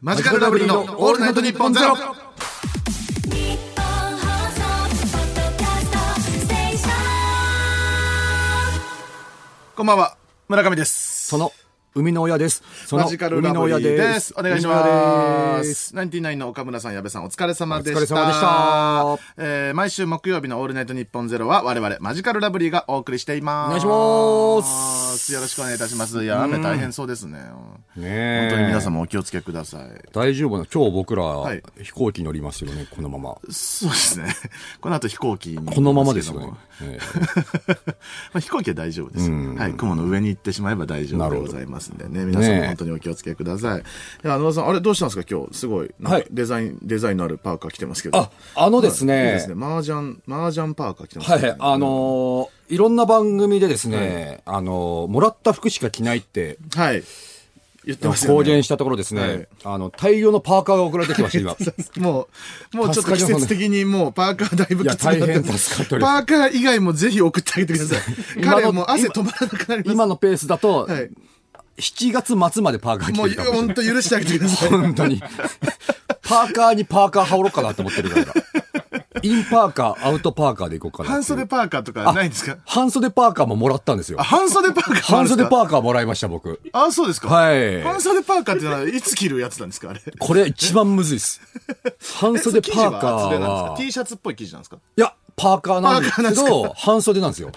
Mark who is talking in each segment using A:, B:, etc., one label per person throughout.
A: マジカルラブリーのオールナイトニッポンゼロ。
B: 日本放送ポッドキャストステーション
A: こんばんは、村上です。
C: その、生みの親です。その、
A: マジカル
C: 生
A: ラ
C: みの
A: ブリ
C: 親
A: ー
C: で。
A: ですす。お願いしま。
C: 生みの親です
A: ナインティナインの岡村さん、矢部さん、お疲れ様でした。
C: お疲れ様でした
A: えー毎週木曜日のオールナイトニッポンゼロは、我々、マジカルラブリーがお送りしています。
C: お願いします
A: よろしくお願いいたします。いや、雨大変そうですね。
C: す。ね
A: 本当に皆
C: ん。
A: 様お気をつけください。
C: 大丈夫なの今日僕ら、
A: い
C: 飛行機乗りますよね、このまま。
A: そうですね。この後飛行機に。
C: このままですよね。ええ
A: まあ、飛行機は大丈夫です。はい。雲の上に行ってしまえば大丈夫でございますんでね。皆さんも本当にお気をつけください。いや、野田さん、あれどうしたんですか今日、すごい。なん
C: は
A: か
C: い
A: デザイン、デザインのあるパーカー着てますけど。
C: ああのですね
A: はいいいですね。麻雀、麻雀パーカー着てます
C: はい
A: ね、
C: はい、あのーいろんな番組でですね、あのーもらった服しか着ないって、
A: はい。言ってますよね。
C: 公言したところですね、
A: はい
C: あの、大量のパーカーが送られてきました、 今。
A: もう、もうちょっと季節的にもうパーカーだいぶきつくなって
C: いや大
A: ま
C: 変
A: す
C: 助かっており
A: パ
C: ま
A: ーカー以外もぜひ送ってあげてください。
C: 今の
A: 彼はもう汗止まらなくなります。
C: 今のペースだと、
A: はい。
C: 7月末までパーカー着
A: もう
C: てるかもしれない
A: 本当許してあげてください。
C: 本当に。パーカーにパーカー羽織ろうかなって思ってるから。インパーカー、アウトパーカーでいこうかなっていう。
A: 半袖パーカーとかないんですか
C: 半袖パーカーももらったんですよ
A: あ。半袖パーカー
C: 半袖
A: ー
C: パーカーもらいました、僕。
A: カー。あ、そうですか。
C: はい
A: 半袖パーカーってのはいつ着るやつなんですかあれ。
C: これ一番むずいです。半袖パ
A: 生地
C: ーカー
A: は厚手なんです
C: は
A: か、?T シャツっぽい生地なんですか
C: いや、パーカーなんで
A: パーカー
C: す
A: なん
C: け
A: です
C: ど、半袖なんですよ。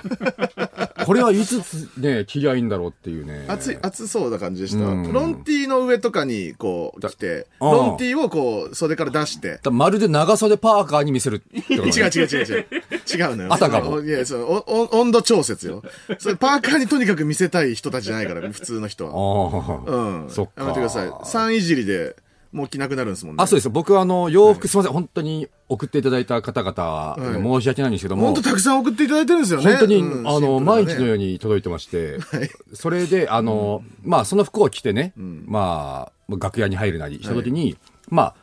C: これはいつね、着りゃいいんだろうっていうね。
A: 暑い、暑そうな感じでした。
C: うん
A: ロン T の上とかにこう着て、
C: ああ
A: ロン T をこう袖から出して、
C: だまるで長袖パーカーに見せるって
A: 違う
C: ことね
A: 違う違う違う。違うの よ。
C: あたかも
A: いや、その、おお温度調節よ。それパーカーにとにかく見せたい人たちじゃないから、普通の人は。
C: ああ。
A: うん。
C: そっか
A: やめてください。3いじりでもう着なくなるんですもんね。
C: あ、そうです。僕、あの、洋服、すみません。本当に送っていただいた方々、申し訳ないんですけども、
A: 本当
C: 本
A: たくさん送っていただいてるんですよね。
C: 当に、
A: うん
C: あの、毎日のよ
A: う
C: うに届いてまして、それで、あの、まあ、その服を着てね、まあ、楽屋に入るなりしたときに、まあ、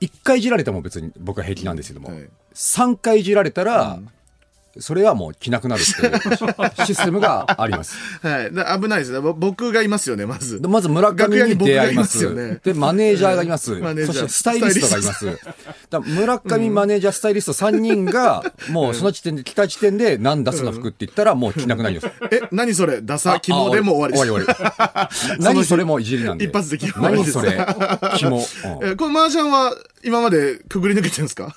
C: 一回いじられても別に僕は平気なんですけども
A: はい、
C: 三、回いじられたら、それはもう着なくなるって いうシステムがあります。
A: シンプルなね。はい。だ危ないですね。ぼ僕がいますよね、まず
C: で。まず村上に出会います。
A: 楽屋に僕がいますよね
C: で、マネージャーがいます。
A: うんマネージャ
C: そ
A: ー
C: してスタイリストがいます。だから村上、マネージャー、スタイリスト3人が、もうその時点で、来た時点で、なんだその服って言ったら、もう着なくなるんです。
A: え、何それダサ、
C: あ
A: 肝でも終わりです。
C: 終わり終わ り。何それもいじりなんで。
A: 一発で決まり
C: 何
A: です
C: それ、 肝。うん
A: えこの麻雀は今までくぐり抜けてるんですか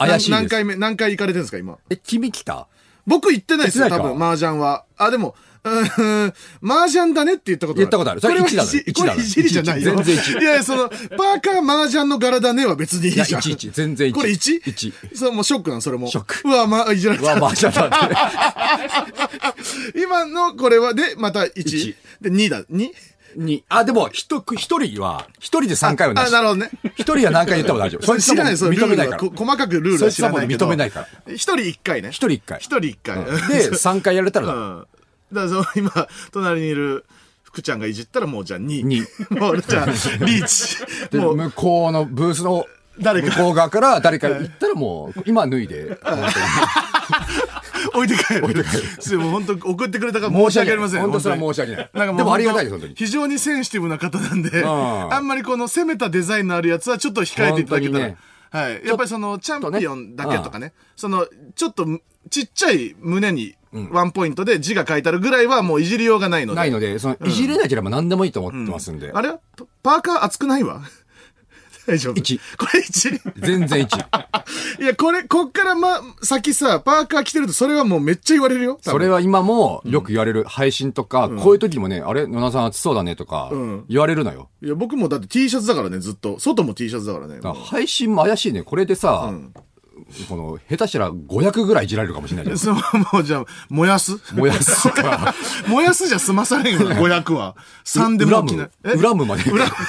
C: 怪しい
A: な何
C: です。
A: 回目、何回行かれてるんですか、今。
C: え、君来た
A: 僕行ってないですよ、
C: 行って
A: 多
C: ないか
A: 分、麻雀は。あ、でも、うーん、麻雀だねって言ったことある。
C: 言ったことあるそれ
A: は
C: 一だね
A: いじ
C: 一
A: こ
C: だね
A: れいじりじゃないよ。
C: 全然一
A: いやいや、その、パーカー麻雀の柄だねは別にいい
C: いや、
A: じゃん。
C: 1、1、全然1。
A: これ 1?
C: 1。
A: それもうショックなん、それも。
C: ショック
A: うわ、まあ、いじられ
C: うわ、
A: た。
C: マージャーだっ て。
A: 今のこれは、で、また 1?
C: 一
A: で、2だ。2?
C: に、あ、でも、一く、一人は、一人で3回はな
A: あ、
C: し。
A: なるほどね。
C: 一人は何回言っても大丈夫。
A: それ知らない、そ
C: そ
A: の
C: い
A: ル
C: つは
A: ール
C: もう認めないか
A: は、
C: ら。
A: こ細かくルールは知らないけど。
C: そいつはもう認めないから。
A: 一人一回ね。
C: 一人一回
A: 一人一回。
C: で、3回やれた
A: う
C: ら、
A: んだからその今、隣にいる福ちゃんがいじったらもうじゃあ2。
C: 二
A: もうじゃあ、リー チ。
C: で
A: もう
C: 向こうのブースの、
A: 誰か
C: 向こう側から誰か行ったらもう、今脱いで、
A: 置いて帰る。置いて帰る。でも本当送ってくれたから申
C: 申
A: し
C: し
A: 訳あ
C: 訳ない
A: りません。
C: 本当それは
A: に
C: 申し訳ない
A: なんかう
C: でもありがたいです本当に
A: 非常にセンシティブな方なんで、
C: ん
A: あんまりこの攻めたデザインのあるやつはちょっと控えていただけたら。
C: 本当にね
A: はい。やっぱりそのチャンピオンだけとかね、そのちょっとちっちゃい胸にワンポイントで字が書いてあるぐらいはもういじりようがないので。
C: ないので、その、いじれなければ何でもいいと思ってますんで
A: あ。れはパパーカー厚くないわ。 大丈夫。
C: 一
A: これ1。
C: 全然一。
A: いや、これ、こっからま、先さ、パーカー着てると、それはもうめっちゃ言われるよ。多
C: そ
A: 分
C: れは今もよく言われる配信とか、こういう時もね、あれ野田さん暑そうだねとか
A: ん、
C: 言われるのよ。
A: いや、僕もだって T シャツだからね、ずっと。外も T シャツだからね。
C: だから配信も怪しいね。これでさ、この、下手したら500ぐらいいじられるかもしれないじゃん。
A: その もうじゃあ、燃やす
C: 燃や すか。
A: 燃やすじゃ済まされん よな、500は。3でも
C: 恨
A: 起きない
C: む。。恨むまで。
A: 恨む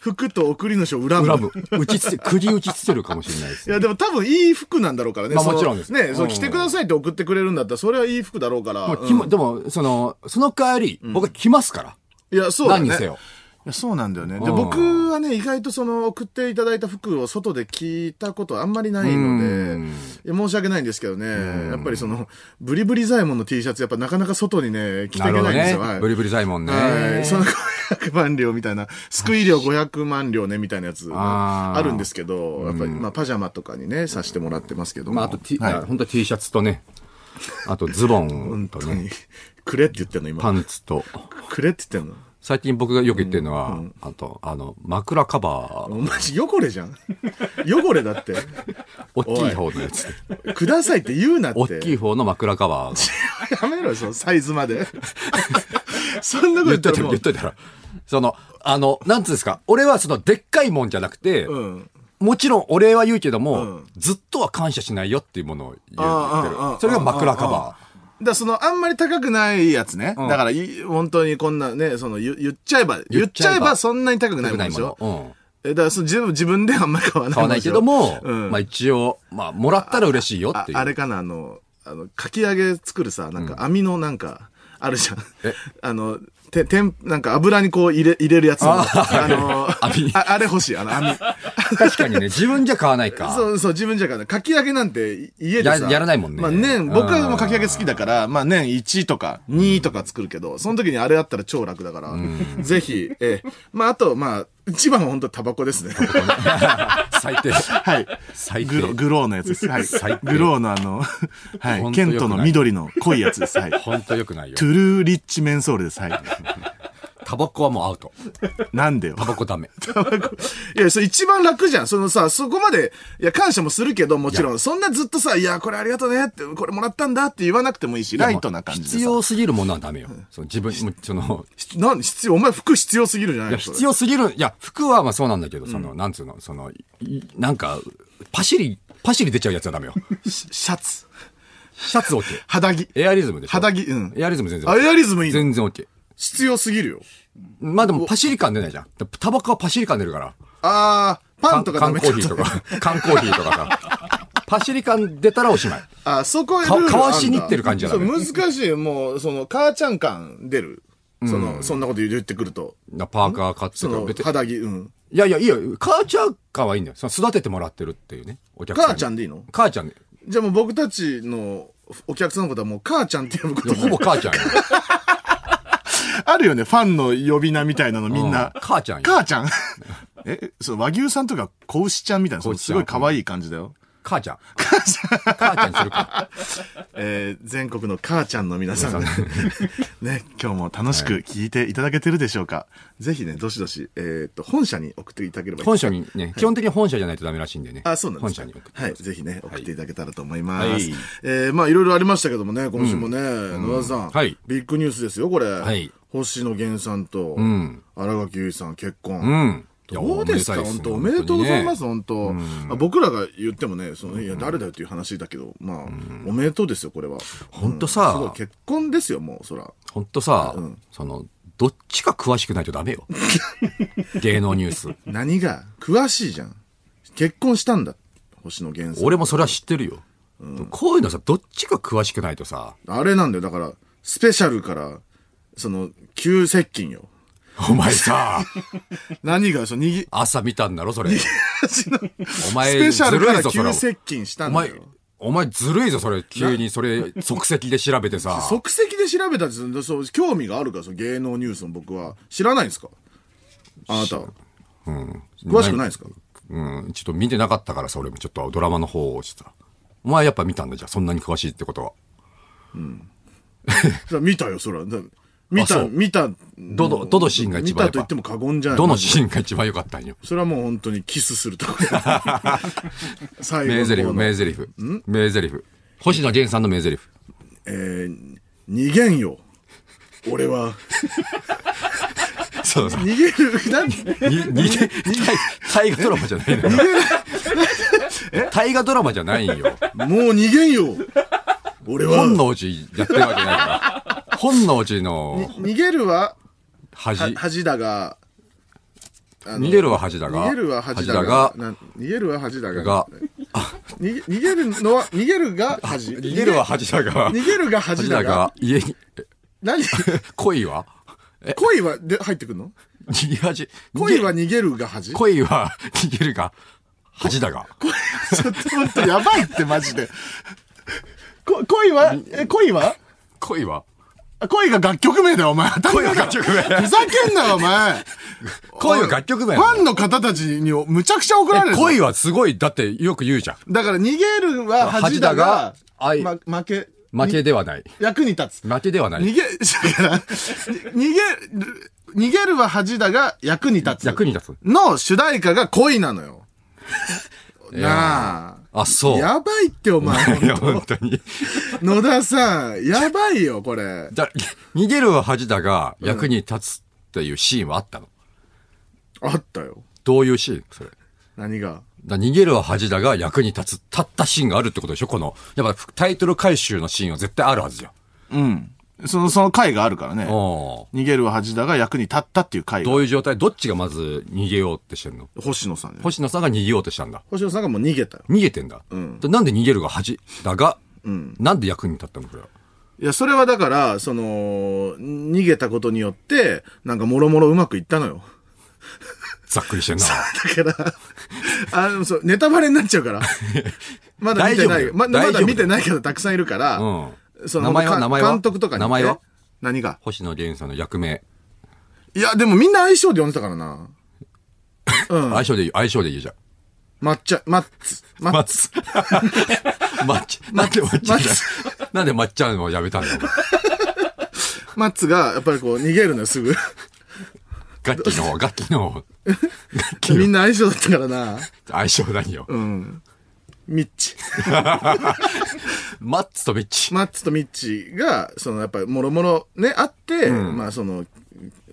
A: 服と送り主を恨む。
C: 恨む。打ちつけ、釘打ちつけるかもしれないです
A: い。や、でも多分いい服なんだろうからね。
C: まあ
A: その
C: もちろんです
A: ね、そううん着てくださいって送ってくれるんだったら、それはいい服だろうから。
C: もう
A: うん
C: きもでも、その、その代わり、僕は来ますから。
A: いや、そうだね。
C: 何にせよ。
A: いやそうなんだよね。で、
C: うん
A: 僕はね、意外とその、送っていただいた服を外で着たことはあんまりないの
C: う
A: で
C: ん、
A: いや申し訳ないんですけどね、やっぱりその、ブリブリザイモンの T シャツ、やっぱなかなか外にね、着てい
C: な
A: け
C: るほ
A: な
C: ど
A: いんです
C: ね
A: よ。はい。
C: ブリブリサイモン
A: はい
C: ね。
A: その500万両みたいな、救い料500万両ねみたいなやつ
C: あ
A: が
C: ー
A: あるんですけど、やっぱり、まあ、パジャマとかにね、さしてもらってますけども。
C: まあ、あと、T、
A: はい
C: あ本当は T シャツとね、あとズボ
A: 本
C: ンと
A: 当
C: ね、
A: に。くれって言ってんの、今
C: パ。ンツと、
A: くれって言ってんの。
C: 最近僕がよく言ってるのは、あと、あの、枕カバー、
A: お前汚れじゃん。汚れだって。
C: 大きい方のや つ。
A: くださいって言うなって。
C: 大きい方の枕カ バー
A: やめろよ、そのサイズま で。そんなこと言っ
C: が。言っ
A: た
C: と
A: ら
C: いたら、
A: も
C: 言っ
A: う。
C: といたら。その、あの、なんつうんですか、俺はその、でっかいもんじゃなくて、
A: うん。
C: もちろんお礼は言うけども、
A: うん
C: ずっとは感謝しないよっていうものを言
A: ああ
C: う言って
A: あああ
C: る
A: あ。
C: それが枕カバ
A: だからその、あんまり高くないやつね。
C: うん
A: だからい、本当にこんなね、その、言言っちゃえば、言っちゃえばそんなに高く
C: ー。
A: ないもん
C: ない
A: でし
C: もの
A: ょ。。
C: うん。
A: えだからその自分、自分ではあんまり買わない
C: 買わないけども、
A: うん
C: まあ一応、まあ、もらったら嬉しいよっ
A: あ
C: ていう。
A: あれかな、あの、あの、かき揚げ作るさ、なんか網のなんか、あるじゃん。
C: え
A: あの、て、てん、なんか油にこう入れ、入れるやつの
C: あー
A: あの、
C: 網
A: ああれ欲しい、あの網。
C: 確かに ね、自分じゃ買わないか。
A: そうそう、自分じゃから、かき揚げなんて家でさ。
C: ややらないもんね
A: まあ年、僕はもうかき揚げ好きだから、まあ年1とか2とか作るけど、その時にあれあったら超楽だから、ぜひ、ええ。まああと、まあ、一番は本当タバコですね。
C: 最低。
A: はい。
C: 最低
A: グロ、グローのやつです。はい
C: 最。低
A: グローのあの、は
C: ほ
A: い。
C: んと
A: ケ
C: 良くない
A: ントの緑の濃いやつです。はい。
C: ほんと良くないよ
A: ト。ゥルーリッチメンソールです。はい。
C: タバコはもうアウト。
A: なんでよ
C: タ。バコダメ。
A: いや、それ一番楽じゃん。そのさ、そこまで、いや、感謝もするけど、もちろん、そんなずっとさ、いや、これありがとうねって、これもらったんだって言わなくてもいいし、 ライトな感じでさ。
C: 必要すぎるものはダメよ。その自 分、もうその、
A: 必要なん必要お前服必要すぎるじゃない
C: いや、必要すぎる。いや、服はまあそうなんだけど、その、なんつうの、その、いなんか、パシリ、パシリ出ちゃうやつはダメよ。
A: シシャツ。
C: シャツ OK。
A: 肌着。
C: エアリズムでしょ。
A: 肌着うん
C: エアリズム全然
A: あ、エ
C: OK。
A: アリズムいいの
C: 全然 OK。
A: 必要すぎるよ。
C: まあでもパシリ感出ないじゃん。タバコはパシリ感出るから。
A: あー、パンとかダ
C: 缶
A: メ
C: 缶コーヒーと
A: ちょっ
C: か、 缶コーヒーとかさ。パシリ感出たらおしまい。
A: あ、そこへ
C: か
A: ルールあんだ
C: かわしに行ってる感じだ
A: そう、
C: ね
A: 難しい。もう、その、母ちゃん感出る。その、そんなこと言ってくると。
C: なパーカー買って
A: そ
C: とか
A: の
C: 別、に。
A: 肌着、うん。
C: いやいや、いいよ。母ちゃん感はいいんだよ。その育ててもらってるっていうね。お客さんに。
A: 母ちゃんでいいの
C: 母ちゃんで。
A: じゃあもう僕たちのお客さんのことはもう母ちゃんって呼ぶこ
C: いや
A: と
C: ほぼ母ちゃんよ。
A: あるよね、ファンの呼び名みたいな のみんな
C: う。母ちゃんよ
A: 母ちゃんえ、そう、和牛さんとか子牛ちゃんみたいな、そ
C: 子
A: の
C: 牛ち
A: す
C: ゃん
A: ごい可愛い感じだよ。
C: 母ちゃん。母ちゃん。母ちゃんにするか。
A: えー全国の母ちゃんの皆さん、 ね、今日も楽しく聞いていただけてるでしょうか。ぜひね、どしどし、えーっと、本社に送っていただければいい
C: 本社にね、基本的に本社じゃないとダメらしいんでね。
A: あ、そうなんですか
C: 本社に送ってくだ
A: は
C: さ
A: い。ぜひね、送っていただけたらと思います。
C: はい
A: えーまあ、いろいろありましたけどもね、今週もね、野田さん、
C: はい
A: ビッグニュースですよ、これ。
C: い
A: 星野源さんと、
C: ん
A: 荒垣結衣さん結婚。
C: うん。いや
A: どうですか
C: おめ
A: 本
C: でた
A: 当
C: い
A: お
C: っ
A: めでとうございます、
C: ね
A: 本当、まあ僕らが言ってもね、そのいや、誰だよっていう話だけど、まあ、おめでとうですよ、これは。
C: 本当さ
A: うんすごい結婚ですよ、もう、そら。
C: ほんとさ、その、どっちか詳しくないと ダメよ。芸能ニュース。
A: 何が詳しいじゃん。結婚したんだ、星野源さん。
C: 俺もそれは知ってるよ。こういうのさ、どっちか詳しくないとさ、
A: あれなんだよ、だから、スペシャルから、その、急接近よ。
C: お前さ、
A: 何が、その、にぎ、
C: 朝見たんだろ、それ。
A: 私の
C: お前、
A: スペシャル
C: ず
A: か
C: る
A: ら
C: いぞ、そ
A: 急
C: れ。
A: 接近した
C: お
A: んだ
C: 前
A: よ。、
C: お前ずるいぞ、それ。急にそれ、即席で調べてさ。
A: 即席で調べたんですよそう、興味があるから、その芸能ニュースの僕は。知らないんですかあなたは。
C: うん。
A: 詳しくないですか
C: うん。ちょっと見てなかったからさ、俺もちょっとドラマの方をした。お前やっぱ見たんだじゃん、そんなに詳しいってことは。
A: そら見たよ、そら。だ見
C: あそ
A: た、
C: う
A: 見た。
C: どのどのシーンが一
A: 見
C: 番
A: たと言っても過言じゃない。
C: どのシーンが一番良かったんよ。
A: それはもう本当にキスするとこ 最後の
C: 名台詞、
A: 方の
C: 名台詞。名台詞。星野源さんの名台詞。
A: えー、逃げんよ。俺は。
C: そうそう。
A: 逃げる。なん
C: に逃げ、大河ドラマじゃないのよ。大河ドラマじゃないんよ。
A: もう逃げんよ。俺は。
C: 本能寺やってるわけないから。本能寺の
A: 逃げるはは
C: 恥。
A: 恥だが、あの
C: 逃げるは恥だが。
A: 逃げるは恥だが、なん逃げるは恥だ
C: 恥だ
A: が
C: が。
A: 逃げ、逃げるのは、逃げるが恥。
C: 逃げるは恥だが。
A: 逃げるが恥
C: 恥
A: だ
C: だ
A: が
C: が。。家に、え
A: 何
C: 恋は
A: 恋は、で、入ってくんの
C: 逃げ恥。
A: 恋は逃げるが恥
C: 恋は逃げるが。恥だが。
A: ちょっと本当やばいってマジで。こ恋は、え、恋は
C: 恋は
A: 恋が楽曲名だよ、お前。恋
C: が楽曲 名
A: ふざけんなよ、お前。
C: 恋は楽曲名
A: ファンの方たちにむちゃくちゃ怒られる。
C: 恋はすごい、だってよく言うじゃん。
A: だから、逃げるは恥だが、
C: 恥だが愛
A: ま、負け、
C: 負けではない。
A: 役に立つ。
C: 負けではな
A: 逃
C: い。
A: げ、 だから、逃げる、逃げるは恥だが、役に立つ。
C: 役に立つ。
A: の主題歌が恋なのよ。なあ。
C: あ、そう。
A: やばいって、お前。
C: いや、本当に。
A: 野田さん、やばいよ、これ。
C: だ、逃げるは恥だが、役に立つっていうシーンはあったの。
A: あったよ。
C: どういうシーンそれ。
A: 何が。
C: だ逃げるは恥だが役に立つ、立ったシーンがあるってことでしょこの、やっぱタイトル回収のシーンは絶対あるはずじゃん。
A: うん。その、その回があるからね。
C: お
A: 逃げるは恥だが役に立ったっていう回が
C: どういう状態どっちがまず逃げようってしてんの
A: 星野さんね。
C: 星野さんが逃げようとしたんだ。
A: 星野さんがもう逃げたよ。
C: 逃げてんだ。
A: ん
C: でなんで逃げるが恥だが、なんで役に立ったのこれは。
A: いや、それはだから、その、逃げたことによって、なんかもろもろうまくいったのよ。
C: ざっくりしてんな。
A: だから、あの、そう、ネタバレになっちゃう から。まだ見てない
C: 大丈夫だよ
A: よ。まま
C: 大丈夫だ
A: だ
C: よ
A: 見てないけど、たくさんいるから、
C: うん。
A: その
C: 名前は
A: か
C: 名前は
A: 監督とかにね
C: 名前は
A: 何が
C: 星野源さんの役名。
A: いや、でもみんな相性で呼んでたからな。うん。
C: 相性でいい、相性でいいじゃん。
A: 抹茶、マッツ、マッツ。
C: 松。松。なんで松ちゃんなんで松ちゃんをやめたんだよ。
A: マッツが、やっぱりこう、逃げるのよ、 すぐ。
C: ガッキーの方、ガッキーの方。ガッキー
A: み
C: の
A: んな相性だったからな。
C: 相性何よ。
A: うん。ミッチ。
C: マッツとミッチ。
A: マッツとミッチが、そのやっぱりもろもろね、あって、まあその、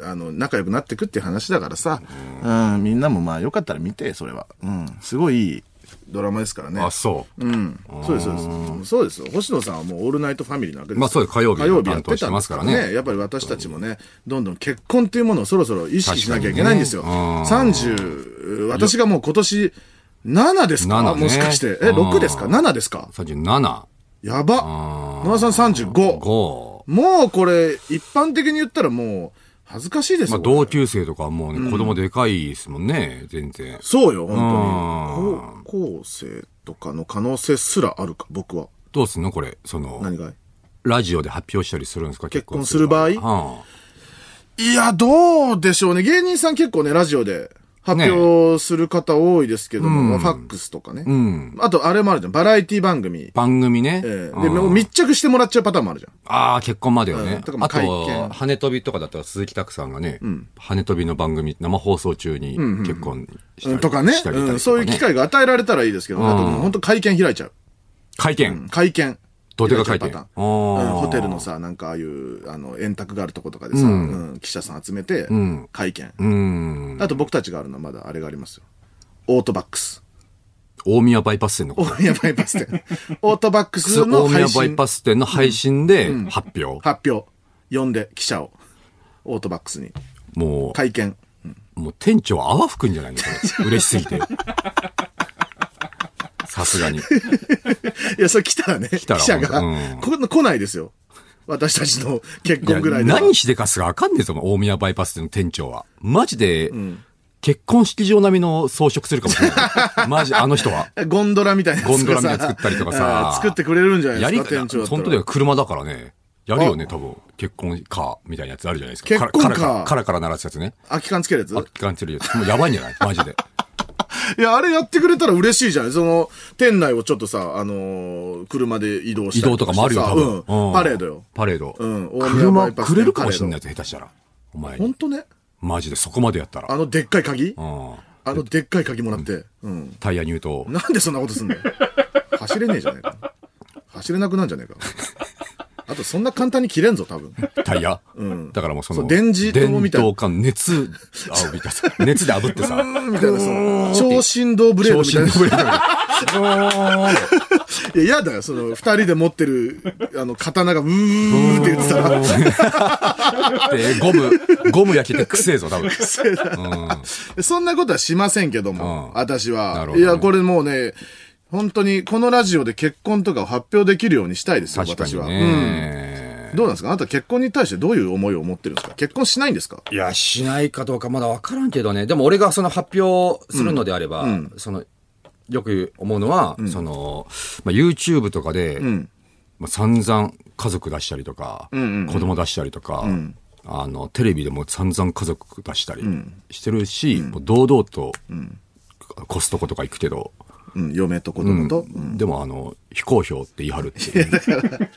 A: あの、仲良くなってくっていう話だからさ、うん、みんなもまあよかったら見て、それは。うん、すごいいいドラマですからね。
C: あ、そう。
A: うん、そうです、そうです。そうですよ。星野さんはもうオールナイトファミリーなわけですよ
C: まあそうです火曜日
A: 火曜日や
C: 担
A: っ
C: 当
A: て
C: して
A: た
C: ますからね
A: やっぱり私たちもね、どんどん結婚っていうものをそろそろ意識しなきゃいけないんですよ。
C: 確かにねうん
A: 30、私がもう今年7ですか、
C: 7ね
A: もしかして。え、6ですか
C: うん
A: ?7 ですか
C: 37。
A: やば。野田さん35。
C: 5。
A: もうこれ、一般的に言ったらもう、恥ずかしいです
C: ま
A: よ。
C: あ
A: これ
C: 同級生とかはもうね、子供でかいですもんね、全然。
A: そうよ、本
C: うん
A: 当に。高校生とかの可能性すらあるか、僕は。
C: どうすんのこれ、その
A: 何、がい
C: ラジオで発表したりするんですか
A: 結婚する場合
C: 結婚
A: いや、どうでしょうね。芸人さん結構ね、ラジオで発表する方多いですけども、
C: ね
A: まあファックスとかね。
C: する場合うん。うん。
A: あと、あれもあるじゃん。バラエティ番組。
C: 番組ね。
A: ええ
C: うん
A: で、もう密着してもらっちゃうパターンもあるじゃん。
C: ああ、結婚までよ
A: う
C: ね
A: んとか。ま
C: あ
A: あ
C: と
A: 会見、
C: 羽飛びとかだったら鈴木拓さんがね、羽飛びの番組、生放送中に結婚した
A: う
C: り
A: んとかね
C: したりとか
A: うんそういう機会が与えられたらいいですけど、あともう本当会見開いちゃう。
C: 会見。
A: 会見。
C: どでか会見
A: 開いちゃうパターン
C: あー
A: うんホテルのさ、なんかああいう、あの、円卓があるとことかでさ、うん記者さん集めて
C: ん、
A: 会見。
C: うーん。
A: あと僕たちがあるのはまだあれがありますよ。オートバックス。
C: 大宮バイパ ス店の
A: 大宮バイパス 店。オートバックスの
C: 大宮
A: 配
C: バ
A: 信
C: イパス店の配信で発表。
A: 発表。呼んで、記者を。オートバックスに。
C: も
A: 会見。
C: う、もう店長泡吹くんじゃないのこれ嬉しす ぎて。さすがに。
A: いや、それ来たらね、
C: たら
A: 記者が、
C: うん
A: こ来ないですよ。私たちの結
C: いや
A: 婚ぐらいでは。
C: 何しでかすかわかんねえぞ、もう大宮バイパス店の店長は。マジで、結婚式場並みの装飾するかもしれない。マジ、あの人は。
A: ゴンドラみたいなやつがさ
C: ゴンドラみたいな作ったりとかさ
A: あー作ってくれるんじゃない
C: やり
A: ですか、
C: 方
A: 店長だった
C: その
A: ら
C: 時は車だからね。やるよね、多分。結婚か、みたいなやつあるじゃないですか。
A: 結婚カ
C: カラカラカラカラ鳴らすやつね。
A: 空き缶つけるやつ
C: あ、聞かんてるやつ。もうやばいんじゃないマジ で。
A: いや、あれやってくれたら嬉しいじゃないその、店内をちょっとさ、あのー車で移動し
C: 移
A: たり
C: 動とかもあるよ、
A: して
C: 多
A: さ
C: 分。
A: うん
C: うん
A: パレードよ。
C: パレード。
A: うん大宮バ
C: 車
A: イパス
C: くれるかもしんない
A: パレー
C: やつ、下手したら。お前
A: ほん
C: に。
A: とね。
C: マジで、そこまでやった
A: あ
C: ら。
A: のでっかい鍵、
C: うん。
A: あのでっかい鍵もらって。うん
C: タイヤ入刀。
A: なんでそんなことすんだよ。走れねえじゃねえか。走れなくなんじゃねえか。あと、そんな簡単に切れんぞ、多分。
C: タイヤ。だからもうその、
A: そう電磁灯みたいな
C: 電灯か熱、あ、みたい な。熱で炙ってさ。
A: みたいなさ、超振動ブレード
C: 超
A: みた
C: 新
A: い
C: ブレードみ
A: な。いや、嫌だよ、その、二人で持ってる、あの、刀が、うーって言ってたら、
C: たいなでゴム、ゴム焼けてくせえ ぞ、多分。
A: そんなことはしませんけども、
C: うん
A: 私
C: な
A: は
C: るほ。ど
A: いや、これもうね、本当に、このラジオで結婚とかを発表できるようにしたいですよ、
C: 確か
A: 私
C: に
A: は。
C: ね。
A: うんどうなんですかあなた結婚に対してどういう思いを持ってるんですか結婚しないんですか
C: いや、しないかどうかまだわからんけどね。でも俺がその発表するのであれば、その、よく思うのは、その、まあ、YouTube とかで、
A: ん
C: まあ、散々家族出したりとか、
A: んうんうん
C: 子供出したりとか、あの、テレビでも散々家族出したりしてるし、もう堂々と、コストコとか行くけど、
A: うん、嫁と子供と。
C: でもあの、非公表って言い張るっていう。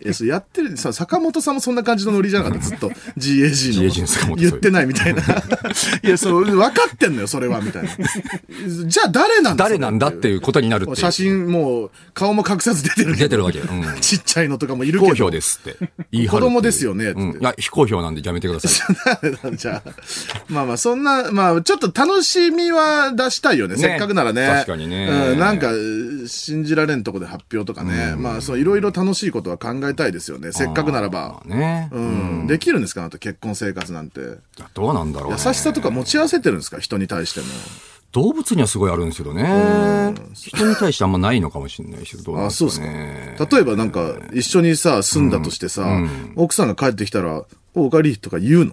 A: え、それやってる、さ、坂本さんもそんな感じのノリじゃなかった、 ずっと。GAG の。
C: GAG の坂本
A: 言ってないみ たいな。いや、そう、分かってんのよ、それは、みたいな。じゃあ誰なんだ
C: 誰なんだっていうことになるっていう。
A: 写真もう、顔も隠さず出てるけど。
C: 出てるわけ。うん。非
A: ちっちゃいのとかもいる
C: 公
A: け
C: 表
A: ど。
C: ですって言い張るっていう。
A: 子供ですよねって
C: うん。いや、非公表なんでやめてくださ い。
A: じゃあ、まあまあ、そんな、まあ、ちょっと楽しみは出したいよね、せっかくならね。
C: 確かにね
A: うん、なんか、信じられんとこで発表とかね。まあ、そう、いろいろ楽しいことは考えたいですよね、せっかくならば
C: ま。あね。
A: うん、できるんですかあと結婚生活なんて。
C: いやどうなんだろう、ね。
A: 優しさとか持ち合わせてるんですか人に対しても。
C: 動物にはすごいあるんですけどね。人に対してあんまないのかもしれないし、どうなん
A: あ、
C: です
A: そうです
C: か
A: か
C: ね。。
A: 例えばなんか、一緒にさ、住んだとしてさ、奥さんが帰ってきたら、お、おかえりとか言う
C: い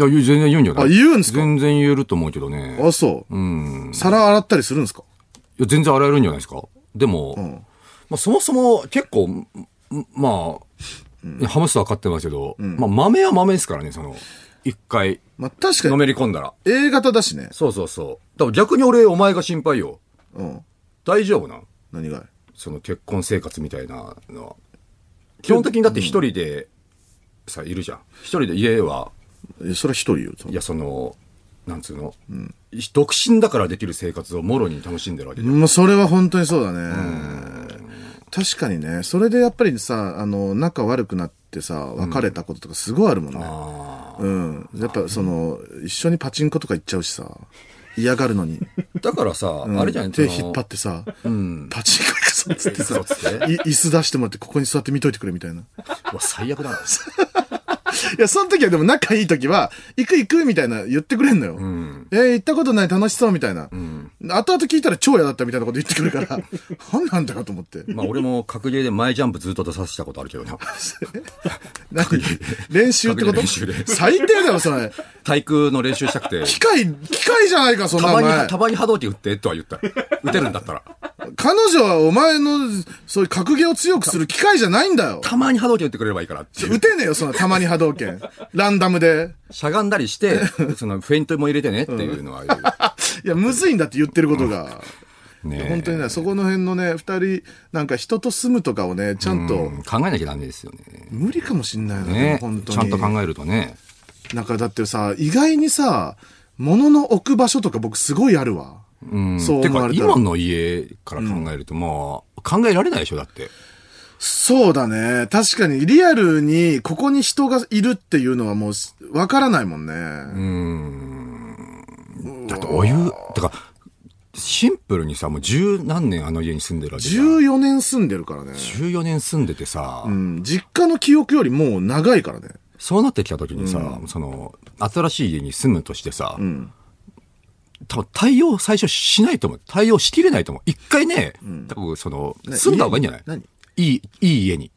C: や、言う全然言うんじゃない
A: あ言うんですか
C: 全然言えると思うけどね。
A: のあ、そう。皿洗ったりするんですか
C: いや、全然洗えるんじゃないですかでも、まあ、そもそも結構、んまあ、ハムスター飼ってますけど、まあ、豆は豆ですからね、その、一回、
A: まあ、確か
C: の
A: に、
C: めり込んだら。
A: A 型だしね。
C: そうそうそう。多分逆に俺、お前が心配よ。
A: うん。
C: 大丈夫なん
A: 何が
C: その結婚生活みたいなのは。基本的にだって一人でさ、いるじゃん。一人で家は、
A: いやそれは一人よ。
C: いや、その、なんつうの、独身だからできる生活をもろに楽しんでるわけじゃん。
A: まあ、それは本当にそうだね。確かにね、それでやっぱりさ、あの、仲悪くなってさ、別れたこととかすごいあるもんね。
C: あ
A: うん。やっぱその、一緒にパチンコとか行っちゃうしさ、嫌がるのに。
C: ーだからさ、あれじゃない。
A: 手引っ張っててさ、パチンコ行くぞっつ ってさ、
C: 行くぞっ つって
A: い椅子出してもらって、ここに座って見といてくれみたいな。
C: うわ最悪だな。
A: いや、その時はでも仲いい時は、行く行くみたいな言ってくれんのよ。えー行ったことない楽しそうみたいな。後々聞いたら超嫌だったみたいなこと言ってくるから、 何なんだよと思って。
C: まあ俺も格ゲーで前ジャンプずっと出させたことある けどな。
A: 何 練習ってこと
C: 練習で
A: 最低だよ、それ。
C: 体育の練習したくて、
A: 機械、機械じゃないか、そん
C: た
A: なお
C: ま
A: 前
C: に、た。まに波動機打ってとは言った。打てるんだったら。
A: 彼女はお前の、そういう格ゲーを強くする機械じゃないんだよ。
C: たまに波動機打ってくれればいいからっていう
A: 打てねえよ、そのたまに波動拳。ランダムで。
C: しゃがんだりして、 そのフェイントも入れてねっていうのは言う。
A: いや、むずいんだって言ってることが。
C: ねえ
A: 本当にね、そこの辺のね、二人、なんか人と住むとかをね、ちゃんと、
C: 考えなきゃダメですよね。
A: 無理かもしんないよね
C: ね、
A: 本当
C: ち
A: に。
C: ゃんと考えるとね。
A: なんかだってさ、意外にさ、物の置く場所とか僕すごいあるわ。
C: うん
A: そう
C: て
A: 思わ
C: か、
A: れたら
C: 今。の家から考えると、もう、考えられないでしょ、だって。
A: そうだね。確かにリアルにここに人がいるっていうのはもうわからないもんね。
C: だって、お湯、だから、シンプルにさ、もう十何年あの家に住んでるわけじゃん。
A: 14年住んでるからね。
C: 14年住んでてさ、
A: うん。実家の記憶よりもう長いからね。
C: そうなってきた時にさ、その、新しい家に住むとしてさ、多分対応最初しないと思う。対応しきれないと思う。一回ね、多分その、住んだ方がいいんじゃない
A: 家に
C: いい、いい家に。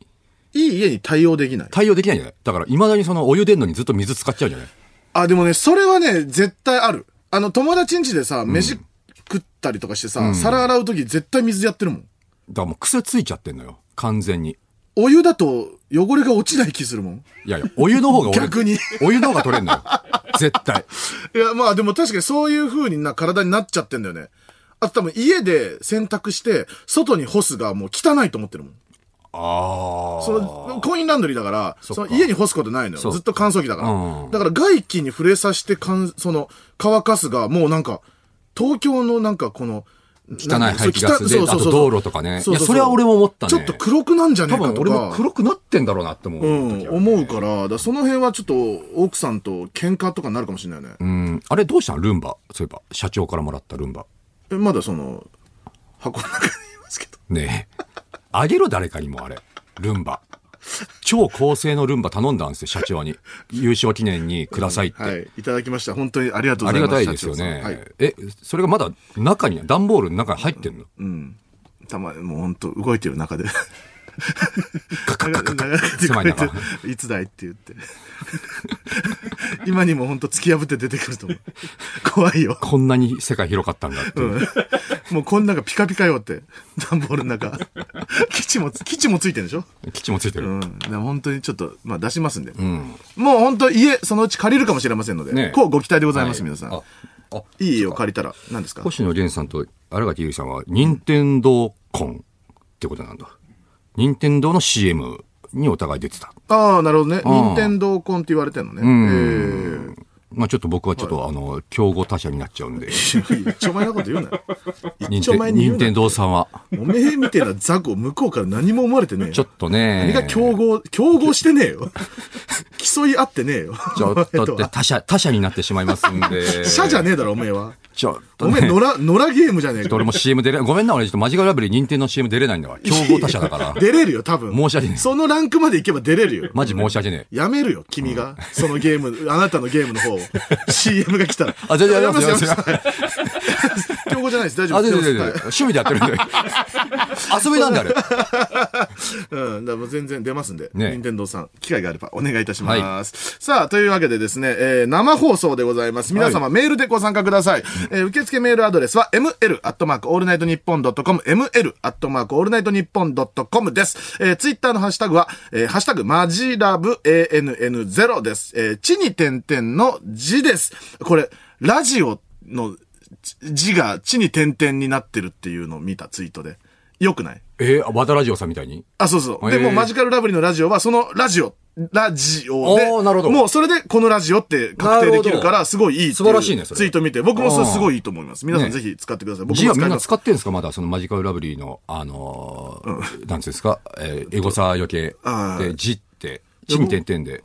A: いい家に対応できない。
C: 対応できないんじゃないだから、未だにそのお湯出んのにずっと水使っちゃうんじゃない
A: あ、でもね、それはね、絶対ある。あの、友達ん家でさ、飯食ったりとかしてさ、皿洗うとき絶対水やってるもん。
C: だからもう癖ついちゃってんのよ。完全に。
A: お湯だと汚れが落ちない気するもん。
C: いやいや、お湯の方が俺
A: 逆に。
C: お湯の方が取れんの よ。絶対。
A: いや、まあでも確かにそういう風にな体になっちゃってんだよね。あと多分家で洗濯して、外に干すがもう汚いと思ってるもん。
C: あ
A: その、コインランドリーだから、その家に干すことないのよ。
C: そう
A: ずっと乾燥機だから。
C: うん
A: だから外気に触れさせて乾、その、乾かすが、もうなんか、東京のなんかこの、
C: 汚い排気ガスで、
A: そう
C: あ
A: そう
C: と
A: そう
C: 道路とかね。い
A: そう
C: や、
A: そう
C: そうれは俺も思ったね。
A: ちょっと黒くなんじゃね
C: 多
A: えか
C: 分
A: と
C: 俺も
A: か。
C: 黒くなってんだろうなって思う。
A: うん、思うから、だからその辺はちょっと奥さんと喧嘩とかになるかもしれないよね。
C: うん。あれどうしたのルンバ。そういえば、社長からもらったルンバ。
A: えまだその、箱の中にいますけど。
C: ねえ。あげろ誰かにもあれ。ルンバ。超高性のルンバ頼んだんですよ、社長に。優勝記念にくださいって。
A: はい、いただきました。本当にありがとう
C: あ
A: ござ
C: り
A: いま
C: が
A: す。
C: たいですよ
A: 社長さんはい
C: ね。。え、それがまだ中に、段ボールの中に入ってんの
A: たま、もう本当動いてる中で。
C: カカカカカ
A: 流れて
C: 狭
A: く
C: い
A: れて
C: 中。
A: いつだいって言って。今にも本当突き破って出てくると思う。怖いよ。
C: こんなに世界広かったんだって。
A: もうこんなんがピカピカよって。段ボールの中。基地も、基地もついてるでしょ
C: 基地もついて
A: う
C: る。
A: ん。だから本当にちょっと、まあ出しますんで。
C: うん。
A: もう本当家、そのうち借りるかもしれませんので。
C: ねえ
A: こうご期待でございます、皆さん
C: あ。、あ、
A: いい家を借りたら、何ですか
C: 星野源さんと新垣結衣さんは、任天堂婚ってことなんだ。任天堂の CM にお互い出てた。
A: ああ、なるほどね。
C: ん
A: 任天堂コンって言われてんのね。
C: ん
A: ええ
C: まあちょっと僕はちょっと、あの、競合他社になっちゃうん で、
A: 一丁前なこと言うなよ。一
C: 任
A: 丁前
C: 天
A: に言うな
C: 任天。堂さんは、
A: おめえみたいな雑魚、向こうから何も思われてねえよ。
C: ちょっとね、
A: 何が競合、競合してねえよ。 競い合ってねえよ。
C: ちょ
A: お
C: っとっ
A: 前
C: て
A: は
C: 他社、他社になってしまいますんで。
A: 社じゃねえだろ、おめえは。
C: ちょっと
A: おめえ、
C: ね。
A: 野良、野良ゲームじゃねえか。
C: 俺も CM 出れ、ごめんな、俺ちょっとマジカルラブリー認定の CM 出れないんだわ。競合他社だから。
A: 出れるよ、多分。
C: 申し訳ねえ
A: そのランクまで行けば出れるよ。
C: マジ申し訳ねえ。
A: やめるよ、君が。そのゲーム、あなたのゲームの方 を。CM が来たら。
C: あ全然やります
A: やめ
C: やり
A: やめます 競合じゃないです、大丈
C: あ、
A: 夫で。
C: ですででで
A: はい
C: 趣味でやってるん で。遊びなんであれ。
A: うん、だからもう全然出ますんで、
C: ね
A: 任天堂さん、機会があればお願いいたします。さあ、というわけでですね、えー生放送でございます。皆様、
C: は
A: メールでご参加ください。えー受付メールアドレスは、ml.allnightnippon.com、ml.allnightnippon.com です。えー、ツイッターのハッシュタグは、えーハッシュタグ、マジラブ ANN0 です。えー、地に点々の字です。これ、ラジオの字字が地に点々になってるっていうのを見たツイートで。よくない
C: えー、和田ラジオさんみたいに
A: あ、そうそう。で、
C: へー
A: もうマジカルラブリーのラジオは、そのラジオ、ラジオ
C: おー
A: で、
C: なるほど
A: もうそれでこのラジオって確定できるか
C: なるほど
A: ら、すごいいいってう
C: 素晴らしいねそれ
A: ツイート見て、僕もそれすごいいいと思います。皆さん
C: ね
A: ぜひ使ってください。僕
C: 字
A: も
C: は
A: 使
C: みん
A: い
C: な
A: ます。
C: 使ってんですかまだそのマジカルラブリーの、あのーなんていうんですか、えーエゴサ余計
A: あ。ー
C: で、字って、地に点々で、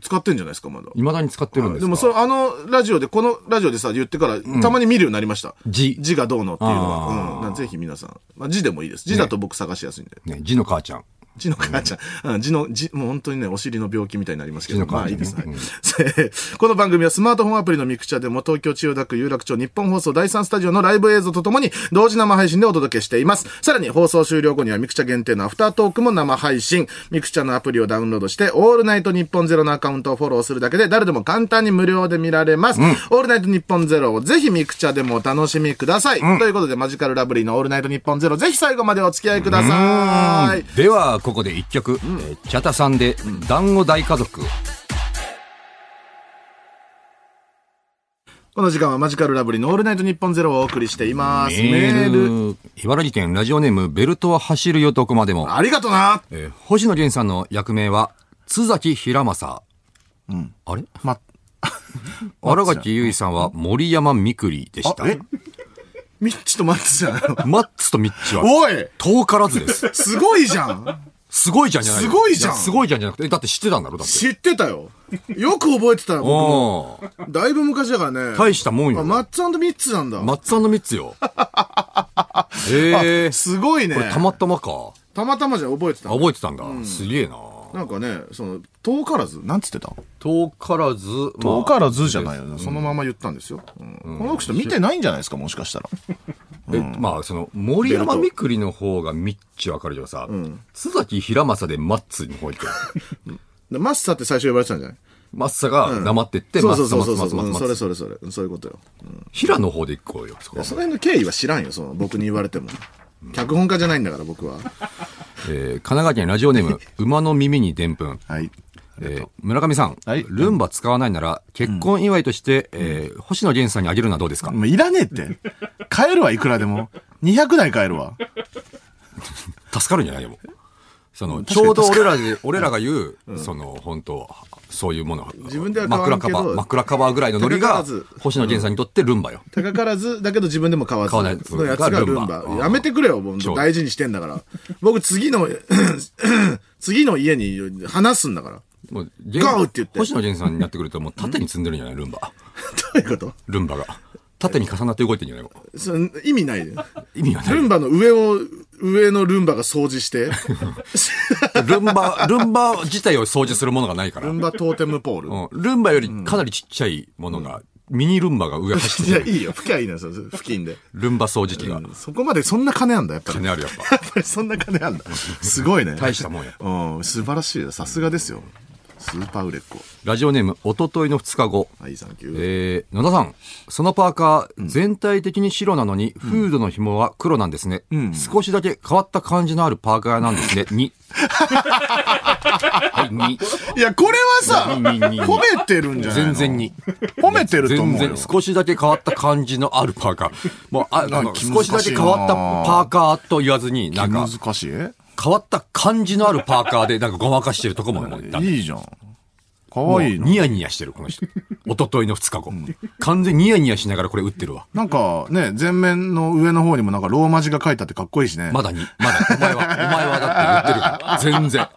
A: 使ってんじゃないですか、まだ。
C: 未だに使ってるんですか
A: でもそれ、あのラジオで、このラジオでさ、言ってから、たまに見るようになりました。
C: 字
A: 字がどうのっていうの
C: あー
A: は。うんなんで。ぜひ皆さん。まあ、字でもいいです。字だと僕探しやすいんで。
C: ね、字の母ちゃん。
A: 字の母ちゃん。うん、字の、字、もう本当にね、お尻の病気みたいになりますけど、
C: 字の
A: まあ
C: 母
A: い
C: ちゃ
A: い
C: ん
A: です。はい
C: うん
A: この番組はスマートフォンアプリのミクチャでも東京千代田区有楽町日本放送第3スタジオのライブ映像とともに同時生配信でお届けしています。さらに放送終了後にはミクチャ限定のアフタートークも生配信。ミクチャのアプリをダウンロードして、オールナイト日本ゼロのアカウントをフォローするだけで誰でも簡単に無料で見られます。オールナイト日本ゼロをぜひミクチャでもお楽しみください。ということでマジカルラブリーのオールナイト日本ゼロぜひ最後までお付き合いください。
C: ではここで一曲、えーチャタさんで「団子大家族」
A: この時間はマジカルラブリーのオールナイトニッポンゼロをお送りしています。メール。
C: 茨城県ラジオネームベルトは走るよどこまでも、
A: ありがとな
C: えー星野源さんの役名は津崎平正、あれ
A: ま、
C: 新垣結衣さ んは森山みくりでした
A: あえみっちとマッチじゃん。
C: マッツとミッチは
A: おい
C: 遠からずです
A: すごいじゃん
C: すごいじゃんじゃない
A: すごいじゃん
C: やすごいじゃんじゃなくてえだって知ってたんだろだって
A: 知ってたよ。よく覚えてたよ、僕も。
C: おー
A: だいぶ昔だからね。
C: 大したもん
A: あ
C: よ
A: マッツミッツなんだ。
C: マッツミッ ツよええ
A: すごいね
C: これ。たまたまか
A: たまたまじゃ覚えてた
C: あ。覚えてたんだ、すげえな
A: なんかね、その、遠からず、なんつってた
C: 遠からず、まあ
A: 遠からずじゃないよね。そのまま言ったんですよ。うんこの人見てないんじゃないですか、もしかしたら。
C: えまあ、その、森山みくりの方がみっちわかるけどさ、須崎平正でマッツの方行って、
A: でマッサって最初呼ばれてたんじゃない
C: マッサが黙ってって、
A: そ
C: マ
A: うそ
C: ッ
A: う
C: サ、
A: そ
C: マ
A: うそ
C: ッ
A: う
C: サ、マッサ、
A: そう。うん
C: マッ
A: そ
C: サ
A: れ
C: マッサ、
A: それそれ。うんそういうことよ。
C: 平の方で行こうよ、そこは
A: その辺の経緯は知らんよ、その僕に言われても。脚本家じゃないんだから、僕は。
C: えー神奈川県ラジオネ ーム、馬の耳にでんぷん。
A: はい。
C: えー村上さん、
A: はい
C: ルンバ使わないなら、結婚祝いとして、えー星野源さんにあげるのはどうですか、
A: もういらねえって。買えるわ、いくらでも。200台買えるわ。
C: 助かるんじゃないよ、もうその、ちょうど俺らで、俺らが言う、その、本当そういうもの。
A: 自分では買わんけど
C: 枕カバー、枕カバーぐらいのノリ
A: 高か
C: が
A: ず、
C: 星野源さんにとってルンバよ。
A: 高からず、だけど自分でも買わず。
C: 買わない
A: そのやつがルン
C: が
A: バ
C: ルン。バ
A: やめてくれよ、もう
C: ちょう
A: 大事にしてんだから。僕、次の、 次の家に話すんだから。
C: もう、
A: ゴーって言って
C: 星野源さんになってくると、もう縦に積んでるんじゃないルンバ。
A: どういうこと
C: ルンバが。縦に重なって動いてるんじゃないも
A: その意味ないで。
C: う意味がない。
A: ルンバの上を、上のルンバが掃除して、
C: ルンバ、ルンバ自体を掃除するものがないか ら。
A: ル
C: う
A: ンバトーテムポール。
C: んルンバよりかなりちっちゃいものが、ミニルンバが上走
A: い
C: って
A: や、
C: る
A: いいよ。吹きゃいい のよ、その付近で。
C: ルンバ掃除機が。
A: そこまで、そんな金あんだ、やっぱり。
C: 金あるやっぱ。
A: やっぱ りそんな金あんだ。すごいね。
C: 大したもんや。
A: うん、素晴らしいよ。さすがですよ。スーパー売れっ子。
C: ラジオネーム、おとといの2日後。
A: はい、サンキュー。
C: えー、野田さん、そのパーカー、全体的に白なのに、フードの紐は黒なんですね、少しだけ変わった感じのあるパーカーなん ですね。に。はい、に。
A: いや、これはさ、
C: ににに
A: 褒めてるんじゃない
C: 全
A: の
C: 然に。
A: 褒めてると
C: 全
A: 思うよ
C: 然、。少しだけ変わった感じのあるパーカー。もう、ああの、
A: 難しいな
C: 少しだけ変わったパーカーと言わずに、なんか、
A: 難しい
C: 変わった感じのあるパーカーで、なんかごまかしてるとこも、もう、
A: いいじゃん。かわいいの。
C: ニヤニヤしてる、こ の人。おとといの2日後。完全にニヤニヤしながらこれ打ってるわ。
A: なんかね、前面の上の方にもなんかローマ字が書いてあってかっこいいしね。
C: まだに、まだ、お前は、お前はだって言ってるから。全然。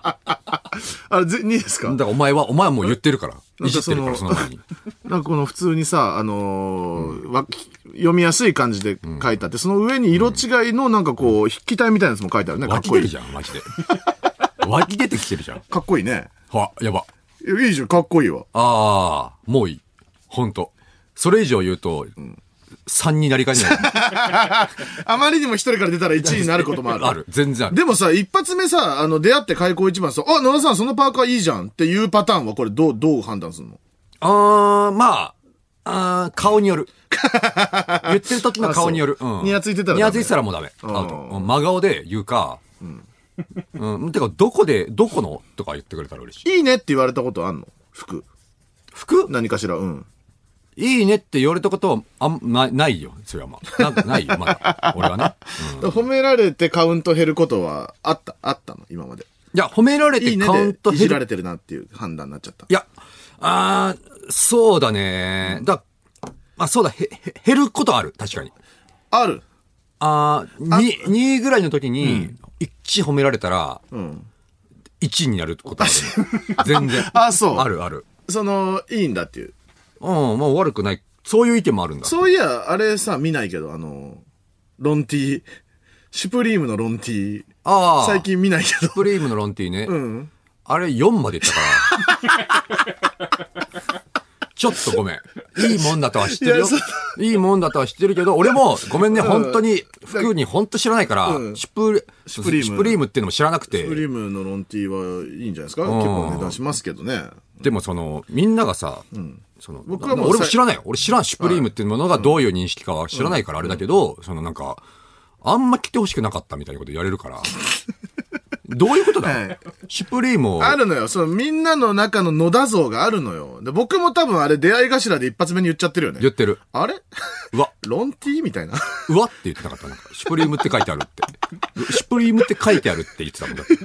A: あれ、ぜ2ですか
C: だからお前は、お前はもう言ってるから。
A: ないん
C: じ
A: か
C: って
A: そ
C: るか
A: の
C: ら、その前に。
A: なんかこの普通にさ、あのーわ読みやすい感じで書いてあって、その上に色違いのなんかこう、筆記体みたいなやつも書いてあるね。か
C: 湧
A: っ
C: き
A: こ
C: 出
A: い
C: る
A: い。
C: じゃん、マジで。湧き出てきてるじゃん。
A: かっこいいね。
C: は、やば。
A: いやいいじゃん、かっこいいわ。
C: あー、もういい。ほんと。それ以上言うと、3になりかねない。
A: あまりにも一人から出たら1位になることもある。
C: ある。全然ある。
A: でもさ、一発目さ、あの、出会って開口一番さ、あ、野田さん、そのパーカーいいじゃんっていうパターンは、これ、どう、どう判断するの
C: あー、まあ、あー顔による。言ってる時の顔による。
A: あそうニヤついてたらダメ
C: ニヤついてたらもうダメ。アウトうん真顔で言うか、うん。てか、どこで、どこのとか言ってくれたら嬉しい。
A: いいねって言われたことあんの服。
C: 服
A: 何かしら、うん。
C: いいねって言われたことはあんまないよ。それはまあ。なんかないよ、まだ。 俺はな。うん
A: 褒められてカウント減ることは、あった、あったの、今まで。
C: いや、褒められ
A: い
C: て
A: いね
C: カウント
A: で、いじ
C: 減
A: ら
C: る。
A: れてるなっていう判断になっちゃった。
C: いや、あーそうだね。だ、まあそうだ、へ、へ減ることある。確かに。
A: ある。
C: ああ、に2位ぐらいの時に、1褒められたら、
A: うん。
C: 1になることある。全然。
A: あそう
C: あるある。
A: その、いいんだっていう。
C: うん、まあ悪くない。そういう意見もあるんだ。
A: そういや、あれさ、見ないけど、あの、ロンティー。シュプリームのロンティー。
C: ああ。
A: 最。近見ないけど。
C: プリームのロンティーね。
A: うん。
C: あれ4までいったから。 ちょっとごめん。いいもんだとは知ってる
A: い
C: よ
A: やそ。
C: いいもんだとは知ってるけど、俺もごめんね、本当に、服に本当知らないから、
A: うん
C: シュプレ
A: シュプリーム
C: シュプリームっていうのも知らなく
A: プリ
C: て、
A: ームのロンティーはいいんじゃないですか
C: ん
A: 結構値段しますけどね。
C: でもその、みんながさ、その
A: 僕はもう
C: 俺も
A: さ
C: 知らないよ。俺知らん、シュプリームっていうものがどういう認識かは知らないからあれだけど、そのなんか、あんま着てほしくなかったみたいなこと言われる から、どういうことだ、
A: はい
C: シュプリームを、
A: あるのよ。そのみんなの中の野田像があるのよ。で、僕も多分あれ出会い頭で一発目に言っちゃってるよ
C: 言っ
A: ね。
C: てる。
A: あれ
C: うわ、
A: ロンティーみたいな。
C: うわって言ってなかったなんか、シュプリームって書いてあるって。シュプリームって書いてあるって言ってたもんだって。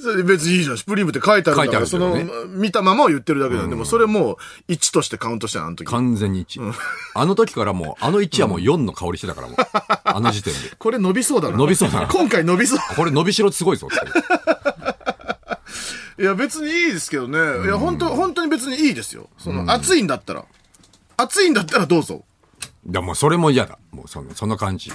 A: それ別にいいじゃん。シュプリームって書いてあるんだから、そ
C: 書いてあ
A: の、
C: るんだ
A: 見たままを言ってるだけだよ。でもそれもう1としてカウントしたよ、あの時。
C: 完全に1。あの時からもう、あの1はもう4の香りしてたからもう。あの時点で。
A: これ伸びそうだな。
C: 伸びそうだな
A: 今回伸び そう。
C: これ伸びしろすごいぞって。
A: いや、別にいいですけどね。いや、本当本当に別にいいですよ。その、暑いんだったら。暑いんだったらどうぞ。
C: でもうそれも嫌だ。もうその、その感じ。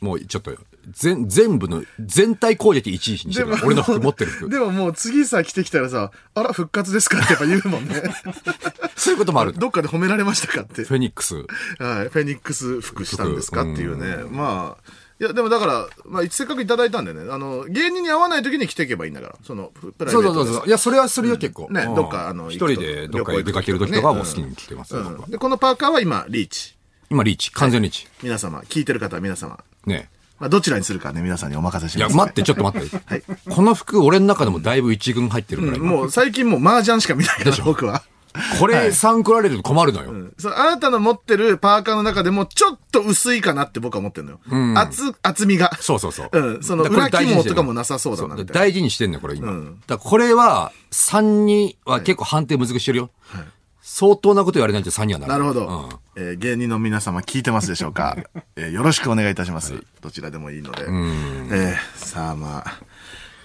C: もうちょっと、全、全部の、全体攻撃1位にしてるから。俺の服持ってる服。
A: でももう次さ、来てきたらさ、あら、復活ですかってやっぱ言うもんね。
C: そういうこともあるんだ。
A: どっかで褒められましたかって。
C: フェニックス。
A: はい。フェニックス服したんですかっていうね。まあ。いや、でもだから、まあ、せっかくいただいたんでね、あの、芸人に会わない時に来ていけばいいんだから。その、ププライ
C: そ
A: ベー
C: う
A: ト
C: そう
A: で
C: そうそう。いや、それはするよ、結構。
A: ね
C: うん
A: どっかあの
C: 一
A: 行く
C: 人
A: と
C: でどっ
A: 旅行
C: か
A: 行
C: へ
A: く
C: 出かける時とかは
A: とかね
C: もう好きに着てます、僕は
A: うんで、このパーカーは今、リーチ。
C: 今、リーチ。完全リーチ。
A: 皆様、聞いてる方、皆様。
C: ね
A: まあ、どちらにするかね、皆さんにお任せし
C: い
A: ま
C: や、
A: す。
C: 待って、ちょっと待って。この服、俺の中でもだいぶ一軍入ってるから、今
A: もう最近もう麻雀しか見ないから、僕は。
C: これ3来られると困るのよ。
A: そう、あなたの持ってるパーカーの中でも、ちょっと薄いかなって僕は思ってるのよ。厚、厚みが。
C: そうそうそう。
A: うんその
C: だからこ
A: 裏
C: れ
A: 起毛
C: 大事にし
A: と
C: てんの
A: かもなさそうだな
C: そ
A: みたいな
C: 大事にしてんねこれ今。だからこれは、3には結構判定難しくしてるよ。相当なこと言われないと3にはなる。
A: なるほど。
C: うん
A: えー芸人の皆様聞いてますでしょう か、えーよろしくお願いいたします。どちらでもいいので。えーさあまあ、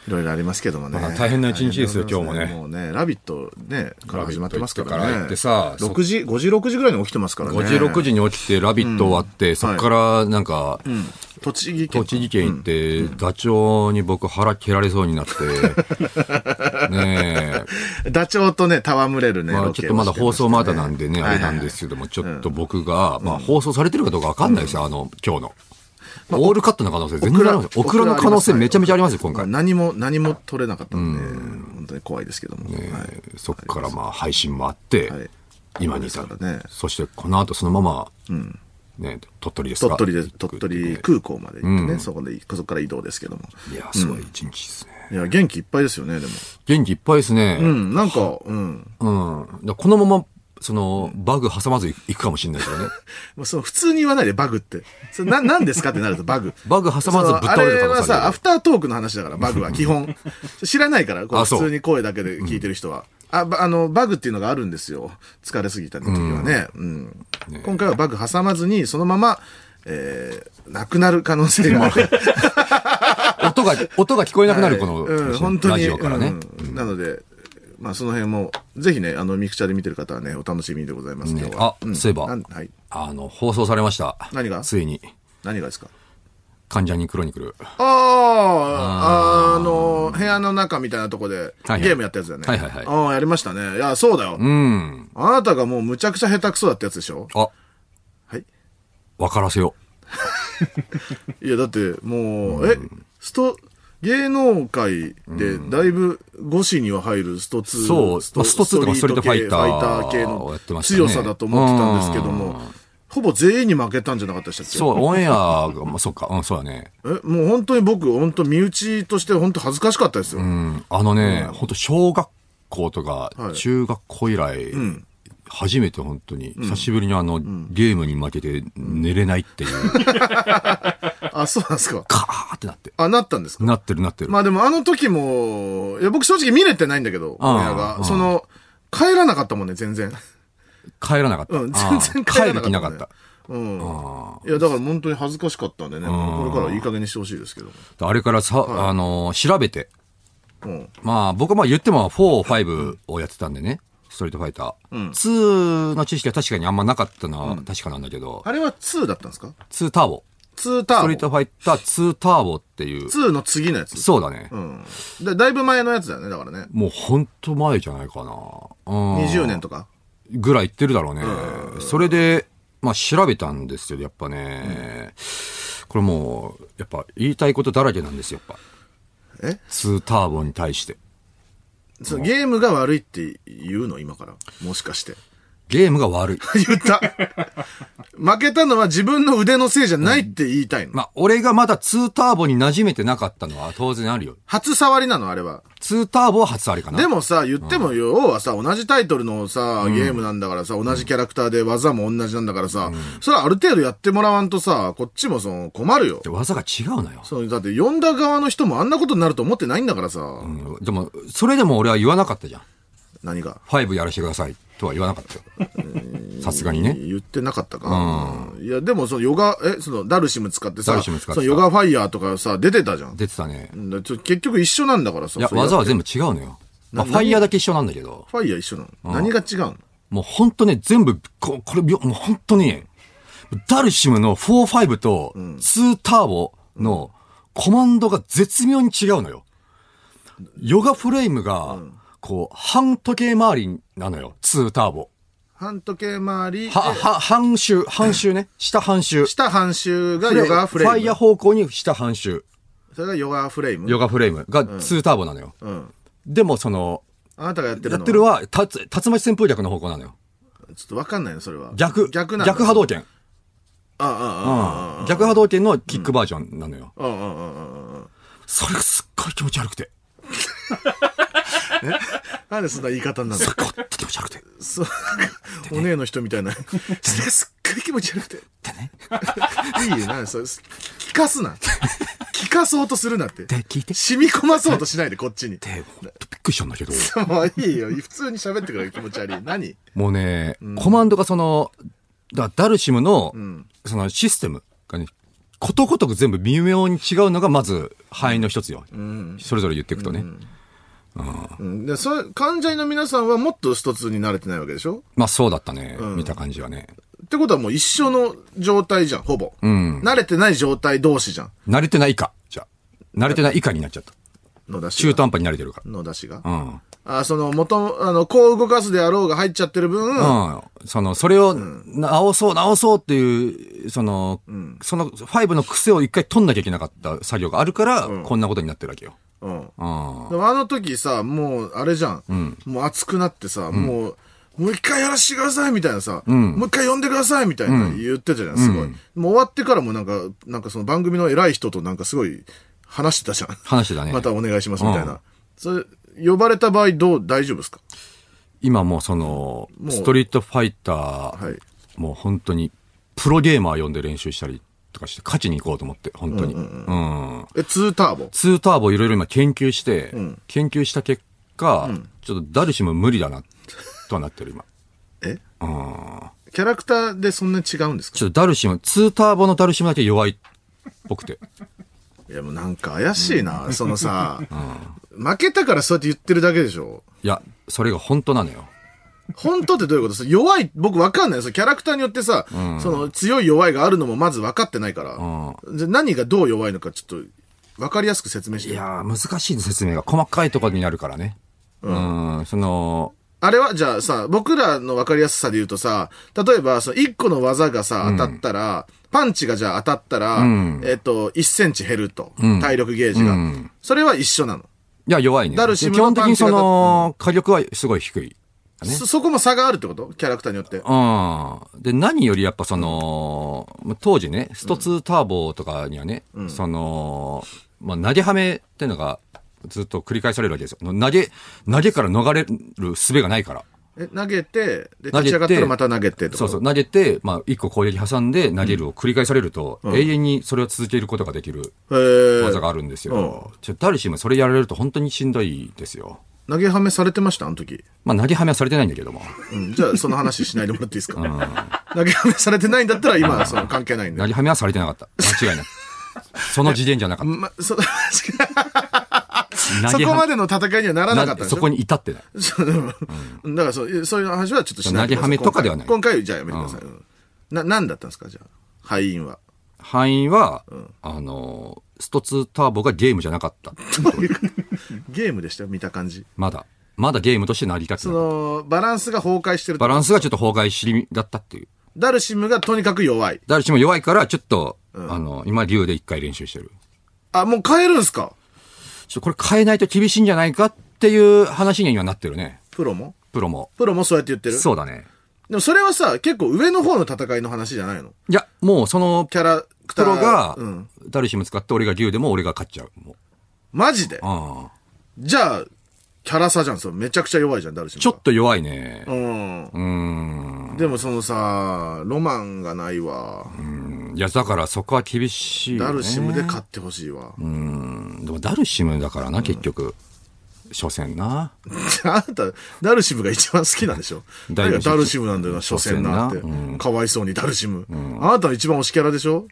A: いろいろありますけどもね。
C: まあ大変な一日ですよ
A: 大変で
C: 今
A: す
C: 日もね
A: もうね、ラビットね、から始まってますからね。
C: ラビット行ってから行ってさ
A: 6時、5時、6時ぐらいに起きてますからね。
C: 5時、6時に起きて、ラビット終わって、そこからなんか、
A: 栃木県。
C: 栃木県行って、ダチョウに僕腹蹴られそうになって、 ね
A: ダチョウとね、戯れる
C: え、
A: ね。
C: まあ
A: ロ
C: ち
A: ケを
C: ょっとまだ
A: してま
C: 放
A: したね
C: 送まだなんでね、
A: はい
C: あ
A: は
C: れ
A: いはい
C: なんですけども、ちょっと僕が、まあ放送されてるかどうかわかんないですよ、あの、今日の。オールカットの可能性全然ありますよ。オクラの可能性めちゃめちゃありますよ、今
A: まあ
C: 回。
A: 何も、何も取れなかったんで、本当に怖いですけども。はい
C: そっからまあ配信もあって
A: はい、
C: 今に至る
A: そうですからね。
C: そしてこの後そのまま、ね、鳥取ですか
A: 鳥取で、鳥取空港まで行ってね、そこで、そこから移動ですけども。
C: いや、すごい一日ですね。
A: いや、元気いっぱいですよね、でも。
C: 元気いっぱいですね。
A: うん、なんか、うん。
C: うん。だからこのまま、その、バグ挟まずいいくかもしれないですよね。
A: まあ、その普通に言わないで、バグって。それな、なんですかってなると、バグ。
C: バグ挟まずぶっ倒れる可能性ある
A: あれはさ、アフタートークの話だから、バグは基本。知らないから、こう
C: あそ
A: 普
C: う
A: 通に声だけで聞いてる人は。あ、ばあの、バグっていうのがあるんですよ。疲れすぎた時はね。うん。今回はバグ挟まずに、そのまま、えー、なくなる可能性がある。
C: 音が、音が聞こえなくなる、この、
A: うん、本当
C: ラ
A: に。
C: ジオからね。
A: うんなので、まあ、その辺も、ぜひね、あの、ミクチャで見てる方はね、お楽しみでございます、今日は。
C: あそういえば
A: なんはい。
C: あの、放送されました。
A: 何が
C: ついに、
A: 何がですか
C: 関ジャニクロニクル。
A: ああ、あの、部屋の中みたいなとこで、
C: いはい
A: ゲームやったやつだよね。
C: はいはいはい
A: ああ、やりましたね。いや、そうだよ。
C: うん。
A: あなたがもうむちゃくちゃ下手くそだったやつでしょ
C: あ、
A: はい。
C: わからせよ
A: いや、だって、もう、え、スト、芸能界でだいぶ5子には入るスト2、
C: そうまあスト2とかストリートファイター
A: ファイター系
C: をやって
A: の
C: ましたね
A: 強さだと思ってたんですけども、ほぼ全員に負けたんじゃなかったでしたっけ
C: そう、オンエアが、まあ、そっか、うん、そうだね。
A: え、もう本当に僕、本当身内として本当恥ずかしかったですよ。
C: うん。あのね、本当小学校とか
A: は、い
C: 中学校以来、初めて本当に、久しぶりにあの、ゲームに負けて寝れないっていう、
A: あ、そうなんですか。
C: カーってなって。
A: あ、なったんですか
C: なってるなってる。
A: まあでもあの時も、いや僕正直見れてないんだけど、
C: ああ
A: 親
C: ああ
A: が。その、帰らなかったもんね、全然。
C: 帰らなかった。
A: うん、全然帰らなかった、ね。
C: あー帰る気なかった。。
A: うん。いや、だから本当に恥ずかしかったんでね、もうこれからはいい加減にしてほしいですけども。
C: あれからさ、あのー調べて。
A: うん。
C: まあ、僕はまあ言っても4、5をやってたんでね。ストリートファイター。2の知識は確かにあんまなかったのは確かなんだけど、
A: あれは2だったんですか
C: 2ターボ。
A: ?2 タ
C: ストリー
A: ー
C: ト
A: ボ。
C: ファイター2ターボっていう。
A: 2の次のやつ。
C: そうだね。
A: うん。だだいぶ前のやつだよね、だからね。
C: もうほんと前じゃないかな。うん。
A: 20年とか。
C: ぐらい行ってるだろうね。それで、まあ調べたんですけど、やっぱね、これもう、やっぱ言いたいことだらけなんですよ、やっぱ。
A: え
C: ?2 ターボに対して。
A: そのゲームが悪いって言うの、今から。もしかして。
C: ゲームが悪い。
A: 言 った。負けたのは自分の腕のせいじゃないって言いたいの。
C: まあ、俺がまだ2ターボに馴染めてなかったのは当然あるよ。
A: 初触りなの、あれは。
C: 2ターボは初ありかな。
A: でもさ、言ってもよ、要はさ、同じタイトルのさ、ゲームなんだからさ、同じキャラクターで技も同じなんだからさ、それはある程度やってもらわんとさ、こっちもその困るよ。
C: 技が違うのよ。
A: そう、だって呼んだ側の人もあんなことになると思ってないんだからさ、
C: うんでも、それでも俺は言わなかったじゃん。
A: 何が。
C: 5やらせてくださいとは言わなかったよ。さすがにね。
A: 言ってなかったか。いや、でもそのヨガ、え、そのダルシム使って
C: ダ
A: さ、
C: ルシム使ってた
A: そのヨガファイヤーとかさ、出てたじゃん。
C: 出てたね。
A: だちょ結局一緒なんだからさ。
C: いや、
A: それや
C: 技は全部違うのよ。まあ、ファイヤーだけ一緒なんだけど。
A: ファイヤー一緒なの。何が違うの
C: もうほんとね、全部、ここれ、よもうほんとに、ダルシムの4-5と2ターボのコマンドが絶妙に違うのよ。ヨガフレームが、こう、半時計回りなのよ、2ターボ。
A: 半時計回り、
C: は、は、半周、半周ね。下半周。
A: 下半周がヨガフレ
C: ファイ
A: ー
C: ヤー
A: ム。
C: 方向に下半周。
A: それがヨガフレーム。
C: ヨガフレームが2ターボなのよ。
A: うん。
C: でもその、
A: あなたがやってるの
C: やってるは、たつ、竜巻旋風逆の方向なのよ。
A: ちょっとわかんないの、それは。
C: 逆、
A: 逆なんだ
C: 逆波動。拳。
A: ああ、ああ、ああ、
C: 逆波動拳のキックバージョンなのよ。
A: ああ、ああ、あ
C: それがすっごい気持ち悪くて。
A: あ。なんでそんな言い方になる
C: すっごい気持ち悪くて。
A: のそうお姉の人みたいな。それがすっごい気持ち悪くて。
C: でね。
A: いいよ、なんでそれ、聞かすな。聞かそうとするなって。
C: で、聞いて。
A: 染み込まそうとしないで、こっちに。
C: で、ほんとびっくりしたんだけど。
A: もういいよ、普通に喋ってくれ、気持ち悪い。何
C: もうね、コマンドがその、だダルシムの、そのシステムがね、ことごとく全部微妙に違うのがまず範囲の一つよ。それぞれ言っていくとね。
A: うん、でそれ関ジャニの皆さんはもっと一つに慣れてないわけでしょ
C: まあそうだったね。見た感じはね。
A: ってことはもう一緒の状態じゃん、ほぼ。慣れてない状態同士じゃん。
C: 慣れてない以下。じゃあ。慣れてない以下になっちゃった。
A: 野田氏
C: 中
A: が。
C: 途半端に慣れてるか
A: 野田氏が。
C: ら。うん。
A: あ、その、元、あの、こう動かすであろうが入っちゃってる分、
C: うん、その、それを直そう、直そうっていう、その、その5の癖を一回取んなきゃいけなかった作業があるから、こんなことになってるわけよ。
A: うん。
C: うん。
A: でもあの時さ、もう、あれじゃん。もう熱くなってさ、もう、もう一回やらせてくださいみたいなさ、もう一回呼んでくださいみたいな言ってたじゃん、すごい。もう終わってからもなんか、なんかその番組の偉い人となんかすごい話してたじゃん。
C: 話してたね。
A: またお願いしますみたいな。それ、呼ばれた場合どう、大丈夫ですか
C: 今もうその、
A: う
C: ストリートファイター、
A: はい
C: もう本当に、プロゲーマー呼んで練習したりとかして、勝ちに行こうと思って、本当に。うん。
A: え、ツーターボ。
C: ツーターボいろいろ今研究して、研究した結果、ちょっとダルシム無理だな、とはなってる今。
A: え
C: うん。
A: キャラクターでそんなに違うんですか
C: ちょっとダルシム、ツーターボのダルシムだけ弱いっぽくて。
A: いやもうなんか怪しいな、そのさ、負けたからそうやって言ってるだけでしょ。
C: いや、それが本当なのよ。
A: 本当ってどういうことその弱い、僕わかんないよ。そのキャラクターによってさ、その強い弱いがあるのもまず分かってないから、じゃあ何がどう弱いのかちょっと分かりやすく説明し
C: い
A: て。
C: やー、難しい説明が。細かいところになるからね。うん、その、
A: あれはじゃあさ、僕らの分かりやすさで言うとさ、例えばその1個の技がさ、当たったら、パンチがじゃあ当たったら、えっと、1センチ減ると、体力ゲージが、それは一緒なの。
C: いや、弱いね。
A: ダルシムの
C: 基本的にそ
A: パンチ
C: の、火力はすごい低い。
A: そ、そこも差があるってことキャラクターによって。
C: うん。で、何よりやっぱその、当時ね、スト2ターボとかにはね、その、まあ、投げはめっていうのがずっと繰り返されるわけですよ。投げ、投げから逃れる術がないから。
A: え、投げて、で、
C: 投
A: 立
C: げ
A: ち
C: て
A: 上がったらまた投げてとか。
C: そうそう、投げて、まあ、一個攻撃挟んで投げるを繰り返されると、永遠にそれを続けることができる
A: へ
C: 技
A: え。
C: があるんですよ。ちょダルシム、それやられると本当にしんどいですよ。
A: 投げはめされてましたあの時。
C: まあ、投げはめはされてないんだけども。
A: うん。じゃあ、その話しないでもらっていいですか。投げはめされてないんだったら、今、その関係ないんで
C: 投。げはめはされてなかった。間違い ない。その時点じゃなかっ
A: ま、そ、
C: た。
A: そ
C: 投げ
A: こ
C: は
A: ま
C: め
A: での戦いにはならなかったんでし
C: そ
A: ょ
C: こに至ってない。
A: そううんだからそう、そういう話はちょっとしないでくださ
C: 投げはめとかではない
A: 今回今回じゃあやめてください。うんな、なんだったんですか、じゃあ。敗因は。
C: 範囲は、あの、スト2ターボがゲームじゃなかった。
A: ゲームでしたよ、見た感じ。
C: まだ。まだゲームとして成り立つ
A: そ。の、バランスが崩壊してると
C: バ。ランスがちょっと崩壊しりだったっていう。
A: ダルシムがとにかく弱い。
C: ダルシム弱いから、ちょっと、あの、今、竜で一回練習してる。
A: あ、もう変えるんすか
C: ちょっとこれ変えないと厳しいんじゃないかっていう話にはなってるね。
A: プロも
C: プロも。
A: プロもそうやって言ってる
C: そうだね。
A: でもそれはさ、結構上の方の戦いの話じゃないの
C: いや、もうその、
A: キャラクタ
C: プ
A: ー。
C: ロが
A: うん。、
C: ダルシム使って俺が竜でも俺が勝っちゃう。もう
A: マジで
C: ああ
A: じゃあ、キャラ差じゃん、それめちゃくちゃ弱いじゃん、ダルシムが。
C: ちょっと弱いね。
A: うん。
C: うーん。
A: でもそのさ、ロマンがないわ。
C: いや、だからそこは厳しい、ね。
A: ダルシムで勝ってほしいわ。
C: うんでもダルシムだからな、結局。所詮な。
A: あなた、ダルシムが一番好きなんでしょだ
C: ダル
A: が
C: シム
A: ダルシムなんだよな、所詮なって
C: 所詮な。
A: かわいそうにダルシム。あなたの一番推しキャラでしょ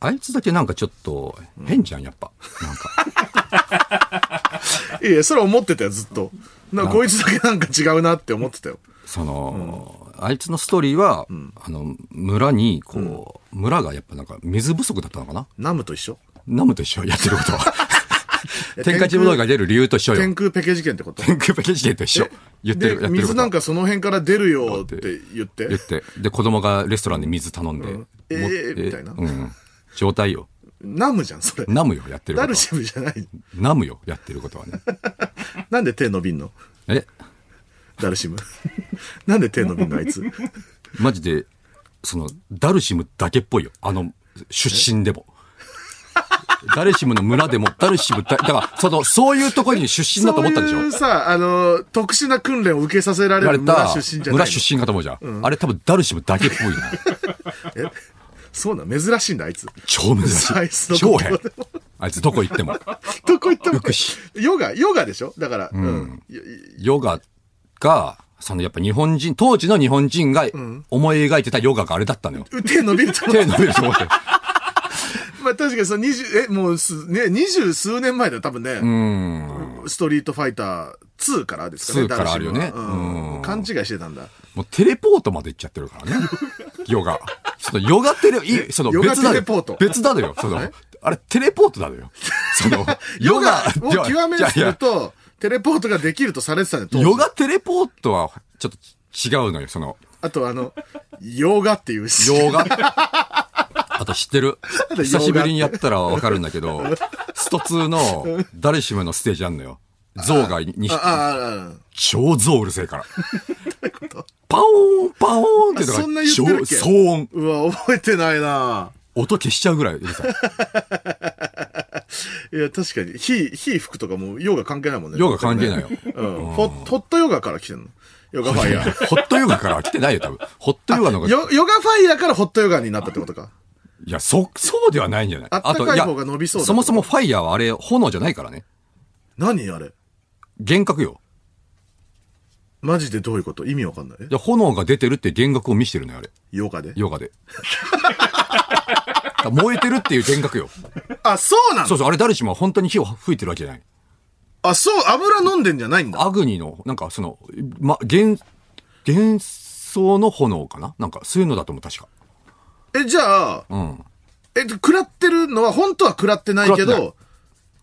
C: あいつだけなんかちょっと変じゃん、やっぱ。なんか。
A: いやいや、それ思ってたよ、ずっと。なこいつだけなんか違うなって思ってたよ。
C: その、あいつのストーリーは、あの、村に、こう、村がやっぱなんか水不足だったのかな
A: ナムと一緒
C: ナムと一緒やってること は。 天下地武道が出る理由と一緒よ
A: 天。空ペケ事件って こと
C: 天空ペケ事件と一緒。言ってる、
A: で、
C: やってる
A: 水
C: こ
A: なん
C: と。
A: かその辺から出るよって言っ
C: 言
A: て
C: っ。て。で、子供がレストランで水頼んで。も
A: えーみたいな
C: うん。状態よ。
A: ナムじゃん、それ。
C: ナムよ、やってるこ
A: ダル
C: とは。
A: シムじゃない。
C: ナムよ、やってることはね。
A: なんで手伸びんの
C: え
A: ダルシム。 なんで手伸びんのあいつ。
C: マジで、その、ダルシムだけっぽいよ。あの、出身 でも。ダルシムの村でも、ダルシムだ、だから、その、 そういうところに出身だと思ったでしょ
A: そういうさ、あの、特殊な訓練を受けさせられ
C: 言わ
A: る
C: れ
A: 村
C: た
A: 出身じゃな
C: 村
A: いの
C: 出身かと思うじゃん。あれ多分ダルシムだけっぽいな。
A: そうなん、珍しいんだ、あいつ。
C: 超珍
A: あい
C: し
A: つど
C: い。
A: こ
C: 超変。あいつどこ行っても。
A: どこ行っても
C: 福祉。
A: ヨガ、ヨガでしょだから、うん。よ
C: ヨガが、そのやっぱ日本人、当時の日本人が思い描いてたヨガがあれだったのよ。
A: 手伸びると思う
C: 手伸びると思って。
A: まあ確かにその20、え、もうす、ね、二十数年前だよ、多分ね。
C: うん。
A: ストリートファイター2からですかね、
C: 2からあるよね
A: ダルシムはう。
C: うんん
A: 勘違いしてたんだ。
C: もうテレポートまで行っちゃってるからね。ヨガ。そのヨガテレ、いその
A: ヨガ
C: 別だよ。
A: テレポート
C: 別だのよ。その、あれテレポートだのよ。その、ヨガ
A: を
C: じゃあ
A: 極め
C: じ
A: に
C: ゃあ
A: すると、テレポートができるとされてたんで、当時
C: ヨガテレポートはちょっと違うのよ。その、
A: あとあの、洋画っていうし。
C: 洋画。あと知ってる。
A: と洋画
C: 久しぶりにやったらわかるんだけど、スト2のダルシムのステージあんのよ。象が2匹
A: あ。ああ、
C: 超象うるせえから。パオーン、パオーンっての
A: あそんな言ってる
C: が
A: っけ
C: 超騒音。
A: うわ、覚えてないな
C: 音消しちゃうぐらいうるさい。
A: いや、確かに。火、火吹くとかも、ヨガ関係ないもんね。
C: ヨガ関係ない よ。
A: うん。ホホットヨガから来てんの。ヨガファイヤー。
C: ホットヨガからは来てないよ、多分。ホットヨガの方が。
A: ヨヨガファイヤーからホットヨガになったってことか。
C: いや、そ、そうではないんじゃない
A: あったかい
C: とや
A: 方が伸びそうだ
C: そもそもファイヤーはあれ、炎じゃないからね。
A: 何あれ
C: 幻覚よ。
A: マジでどういうこと意味わかんない。え
C: いや、炎が出てるって幻覚を見してるのよ、あれ。
A: ヨガで。
C: ヨガで。 燃えてるっていう幻覚よ。
A: あ、そうなの
C: そうそう、あれ誰しも本当に火を吹いてるわけじゃない。
A: あ、そう、油飲んでんじゃないんだ。
C: アグニの、なんかその、ま、幻、幻想の炎かななんか、そういうのだと思う、確か。
A: え、じゃあ、
C: うん。
A: えっと、食らってるのは、本当は食らってないけど、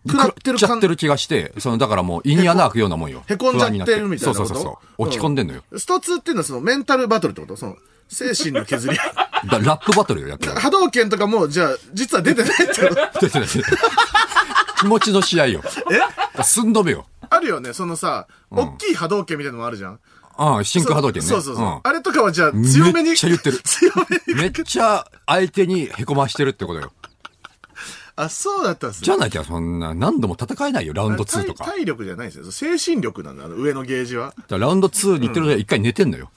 A: 食らってる
C: ちゃっ
A: 感
C: てる気がして、その、だからもう胃に穴開くようなもんよ。
A: へこんじゃってるみたいな
C: 不安にってそ
A: こ
C: う
A: と
C: そうそうそう。落ち込んでんのよ。
A: スト2っていうのはそのメンタルバトルってことその精神の削り合い。
C: だラップバトルよ、やってる。
A: 波動拳とかも、じゃあ、実は出てないってこと
C: 出てない出てない気持ちの試合よ。え寸止めよ。
A: あるよね、そのさ、大きい波動拳みたいなのもあるじゃん。
C: うん、真空波動拳ね。
A: そうそうそう。
C: ん
A: あれとかはじゃあ、強めに。
C: めっちゃ言ってる
A: 強めに。
C: めっちゃ相手にへこましてるってことよ。
A: あ、そうだったんです
C: じ
A: ね
C: ゃなきゃそんな何度も戦えないよ、ラウンド2とか。
A: 体体力じゃないですよ。精神力なんだ、あの上のゲージは。
C: だからラウンド2に行ってる時は一回寝てんのよ。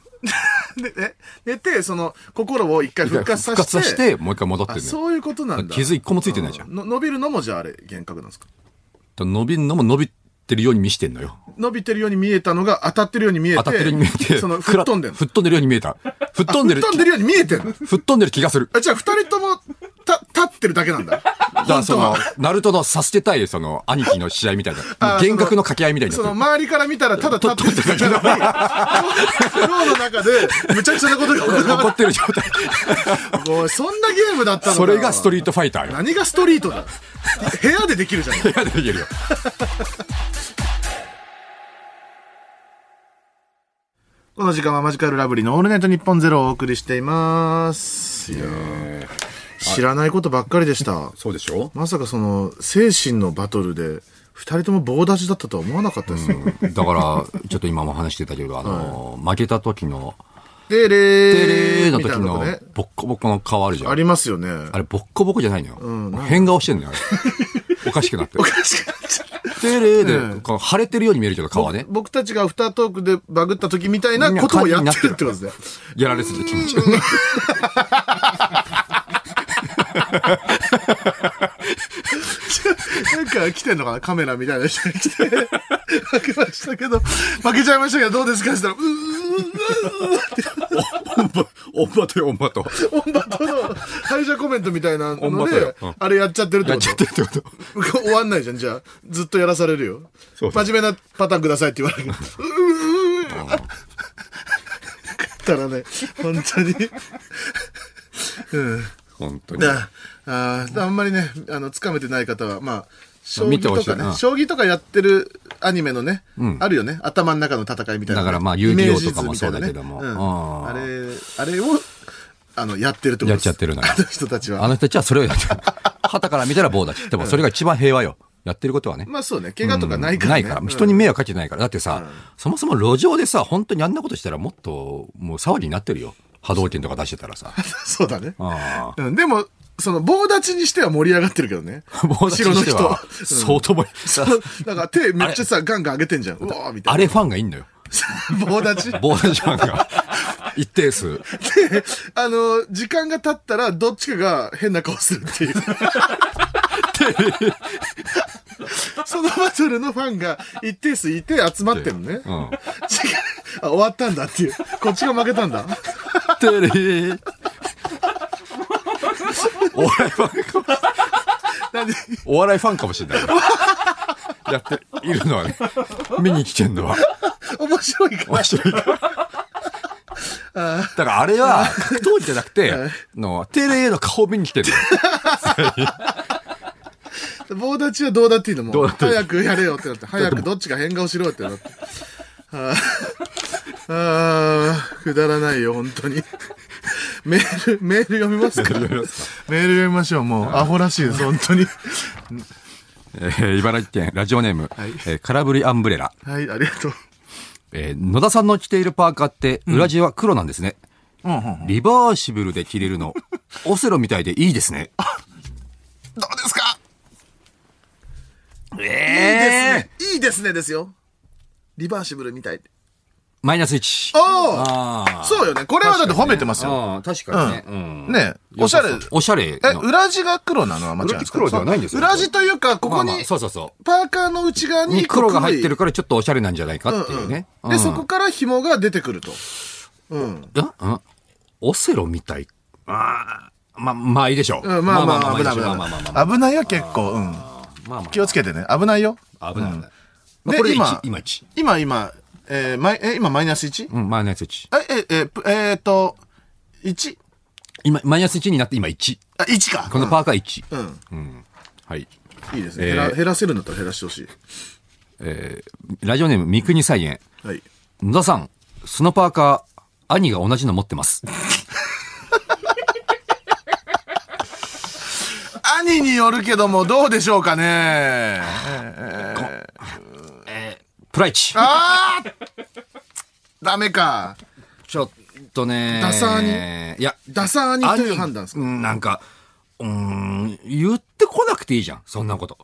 A: で、え寝て、その、心を一回復活させて。
C: 復活させて、もう一回戻って
A: あ、
C: んのよ。
A: そういうことなんだ。
C: 傷一個もついてないじゃん
A: うの伸びるのもじゃああれ、幻覚なんですか
C: だから伸びんのも伸びてるように見してんのよ。
A: 伸びてるように見えたのが当たってるように見えて。
C: 当たってるように見えて。
A: その、
C: く
A: 吹っ
C: ら
A: 飛んでる。
C: 吹っ飛んでるように見えた。吹っ飛んでる。
A: 吹っ飛んでるように見えてんの。
C: 吹っ飛んでる気がする。
A: あ、じゃあ二人とも、た、立ってるだけなんだ。
C: だからその、ナルトのさせてたい、その、兄貴の試合みた いな。幻覚の掛け合いみたいにな
A: そ
C: っ
A: の
C: てる。
A: 周りから見たらただ立ってるだけなのに、脳の中で むちゃくちゃなことが起こる
C: 怒ってる状態。
A: もうそんなゲームだったのか
C: それがスト
A: リー
C: リートファ イターよ。
A: 何がストリートだ部屋でできるじゃん。
C: いや できるよ。
A: この時間はマジカルラブリーのオールナイトニッポンゼロをお送りしています。いやー知らないことばっかりでした。
C: そうでしょ
A: まさかその、精神のバトルで、二人とも棒立ちだったとは思わなかったですよ。
C: だから、ちょっと今も話してたけど、あの、負けた時の、
A: でれー。
C: テレーの
A: みた
C: 時
A: いなと
C: の
A: こね。、
C: ボッコボコの顔あるじゃ
A: あ
C: ん。
A: りますよ ね。
C: あれ、ボッコボコじゃないのよ。変顔してんのよ、あれ。 おかしくなってる。テレーで、この腫れてるように見えるけど、顔はね。
A: 僕たちがアフタートークでバグった時みたいなことをやってるってことですね。
C: やられてる気持ち。
A: なんか来てんのかなカメラみたいな人が来て。負けましたけど、負けちゃいましたけどどうですかって言ったら、うーん、うーん、うーんって。
C: おんばとよ、おんばと。
A: オンバトの敗者コメントみたいな
C: オン
A: の
C: バト
A: で
C: ようん、
A: あれやっちゃってるって
C: やっ
A: こ
C: ちゃっ
A: と
C: てるってこと。
A: 終わんないじゃん、じゃあ。ずっとやらされるよ。
C: そうそう
A: 真面目なパターンくださいって言われる。うううう 勝ったらね、本当に。
C: 本当に。
A: ああーあんまりね、あの、つかめてない方は、まあ、将棋
C: 見て
A: と
C: ほしい
A: かね、
C: な
A: 将棋とかやってるアニメのね、あるよね、頭の中の戦いみたいなね、
C: だからまあ
A: イメージ図
C: 遊戯王とかもそうだけども
A: みたいなね
C: あ
A: うんあれ、あれを、あの、やってるってことです
C: やっちゃってるのよ
A: あの人たちは。
C: あの人たちはそれをやってる。旗から見たら棒だし。でもそれが一番平和よ。やってることはね。
A: まあそうね、怪我とかないから、ね。
C: ないから。人に迷惑かけてないから。だってさ、そもそも路上でさ、本当にあんなことしたらもっと、もう騒ぎになってるよ。波動拳とか出してたらさ。
A: そうだね。
C: あ
A: うん、でも、その棒立ちにしては盛り上がってるけどね。
C: あ。 棒立ちにしては
A: 後ろの人
C: 相当も、
A: そうだから手めっちゃさ、ガンガン上げてんじゃん。うわーみた
C: あ
A: いな。
C: れファンがいんのよ。
A: 棒立ち。
C: 棒立ちファンが。一定数。
A: で、 あの、時間が経ったら、どっちかが変な顔するっていう。 そのバトルのファンが一定数いて集まってるのね。違
C: う。
A: うんあ、終わったんだっていう。こっちが負けたんだ。
C: てれー。お笑いファンが。
A: 感じ。
C: お笑いファンかもしれない。やって、いるのはね。見に来てんのは。
A: 面白いから
C: 面。白いから。だからあれは、格闘技じゃなくて、の、テレへの顔見に来てるのよ。
A: 棒立ちはどうだっていいのも
C: ど
A: う。
C: うだっていい
A: 早くやれよってなって。早くどっちか変顔しろよってなって。あーあー、くだらないよ、本当に。メール、メール読みますかメール読みましょう、もう。アホらしいです、本当に。
C: えー茨城県ラジオネーム、
A: い
C: えー空振りアンブレラ。
A: はい、ありがとう。
C: えー野田さんの着ているパーカーって裏地は黒なんですね。
A: うんうん、どう
C: リバーシブルで着れる の、オセロみたいでいいですね。
A: ですかい
C: え
A: いです
C: え
A: ね。いいですねですよ。リバーシブルみたい。
C: マイナス1。
A: おお
C: あ
A: そうよね。これはだって褒めてますよ。
C: あ、確かにね。うん
A: ねおしゃれ。
C: おしゃれ
A: え、
C: な。
A: 裏地が黒なのは間違いないですか
C: 裏地黒ではないんですよ
A: 裏地というか、ここに
C: まあまあそうそうそ
A: パーカーの内側
C: う。に
A: に
C: 黒が入ってる
A: か
C: からちょっとおしゃれなんじゃないかっていうね。
A: で、
C: うん
A: そこから紐が出てくると。うん。
C: ああオセロみたい。ああ、ま、まあいいでしょう。
A: うんまあまあ、
C: い
A: 危
C: いで
A: ない
C: し
A: 危
C: ょう
A: ない
C: まあまあま
A: 危
C: あまあ。
A: ない。危ないよ、結構。うん。
C: まあま
A: 気をつけてね。危ないよ。
C: あ、危ない危
A: う
C: ない。
A: ん
C: まあこれ
A: で今
C: 今、今1。
A: 今、今、えー、マイえ今マイナス 1?
C: うん、マイナス1。
A: え、え、え、ぷえーっと、1?
C: 今、マイナス1になって今1。
A: あ、1か。
C: このパーカー1。
A: うん。
C: はい。
A: いいですね。
C: えー
A: 減ら減らせるんだったら減らしてほしい。
C: えー、ラジオネーム、三国菜園。
A: はい。
C: 野田さん、そのパーカー、兄が同じの持ってます。
A: 兄によるけども、どうでしょうかね。
C: プライチ。
A: あーダメか。
C: ちょっとね。
A: ダサ
C: いや、
A: ダサーにという判断ですか
C: うんなんか、うーん、言ってこなくていいじゃん、そんなこと。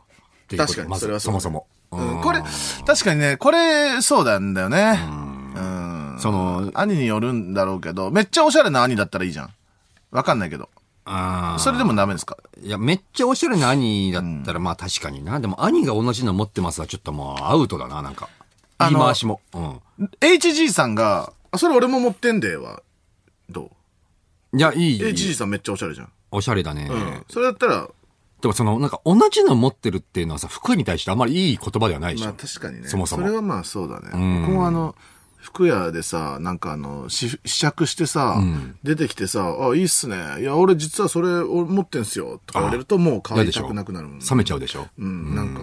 C: っていうこと
A: 確かに
C: まず
A: それはそ
C: そうもそも。
A: うん、これ、確かにね、これ、そうなんだよね。うん。
C: その、
A: 兄によるんだろうけど、めっちゃおしゃれな兄だったらいいじゃん。わかんないけど。
C: あー
A: それでもダメですか
C: いや、めっちゃおしゃれな兄だったら、まあ確かにな。でも兄が同じの持ってますは、ちょっともうアウトだな、なんか。
A: あ
C: 言い
A: の
C: 回しも。うん。
A: ?HG さんが、あそれ俺も持ってんでは、ど。
C: いや、いいう
A: ?HG さんめっちゃおしゃれじゃん。
C: おしゃれだね。
A: うん。それだったら、
C: でもその、なんか同じの持ってるっていうのはさ、服に対してあんまりいい言葉ではないでし
A: まあ
C: ょ。
A: 確かにね。
C: そもそも
A: れはまあそうだね。
C: ん
A: 僕もあの、服屋でさ、なんかあの、し試着してさ、出てきてさ、あ、いいっすね。いや、俺実はそれを持ってんすよ。とか言われるともう買
C: 嫌
A: い
C: でしたょ
A: くなくなるもんね。
C: 冷めちゃうでしょ。
A: うん、なんか、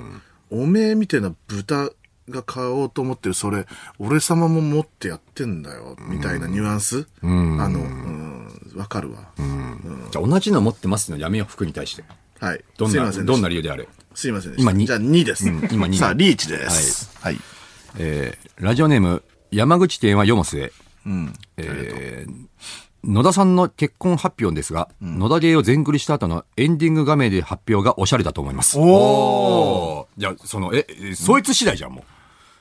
A: おめえみたいな豚が買おうと思ってる、それ、俺様も持ってやってんだよ、みたいなニュアンス、あの、うん、わかるわ。
C: じゃあ同じの持ってますのやめよう、服に対して。
A: はい。
C: どん
A: すい
C: な、
A: ません
C: どんな
A: 理
C: 理由であれ。
A: すいませんでした
C: 今に
A: じゃあ2です。
C: うん今に
A: さあ、リーチです。はい。
C: えー、ラジオネーム、山口県は読む末。えー野田さんの結婚発表ですが、野田芸を全クリした後のエンディング画面で発表がおしゃれだと思います。おーじゃあ、その、え、えそいつ次第じゃん、もう。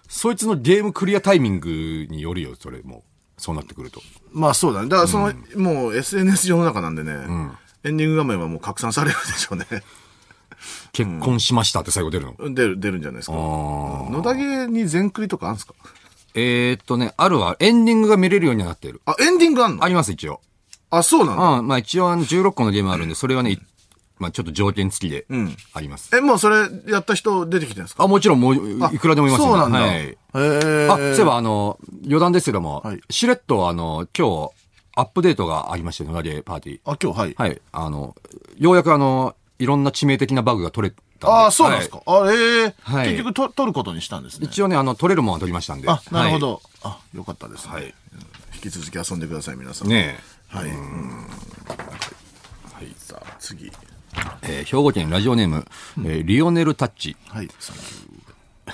C: そいつのゲームクリアタイミングによるよ、それもう。そうなってくると。
A: まあそうだね。だからその、もう SNS 世の中なんでね、エンディング画面はもう拡散されるでしょうね。
C: 結婚しましたって最後出るの。
A: 出る、出るんじゃないですか。
C: あー
A: 野田芸に全クリとかあるんですか
C: えー、っとね、あるは、エンディングが見れるようにはなっている。
A: あ、エンディングあんの
C: あります、一応。
A: あ、そうなの
C: うん、まあ一応あの16個のゲームあるんで、それはね、いまあちょっと条件付きで
A: ん、
C: あります。
A: え、もうそれやった人出てきてるんですか
C: あ、もちろんもう、いくらでもいますよ
A: そうなんだ。
C: は
A: へ
C: い。
A: え。
C: あ、そういえばあの、余談ですけども
A: はい、
C: しれっとあの、今日、アップデートがありまして、野田ゲーパーティー。
A: あ、今日、はい。
C: はい。あの、ようやくあの、いろんな致命的なバグが取れたんで。
A: ああ、そうなんです
C: は
A: か。あ、ええ。
C: はい
A: 結局と、取ることにしたんです
C: い
A: ね。
C: 一応ね、あの、取れるものは取りましたんで。
A: あ、なるほ
C: は
A: ど。あ、よかったですね。うん引き続き遊んでください、皆さん。
C: い。。ね
A: はい。はい。さあ、次。
C: え、えー兵庫県ラジオネーム、えーリオネルタッチ。
A: はい。サンキュー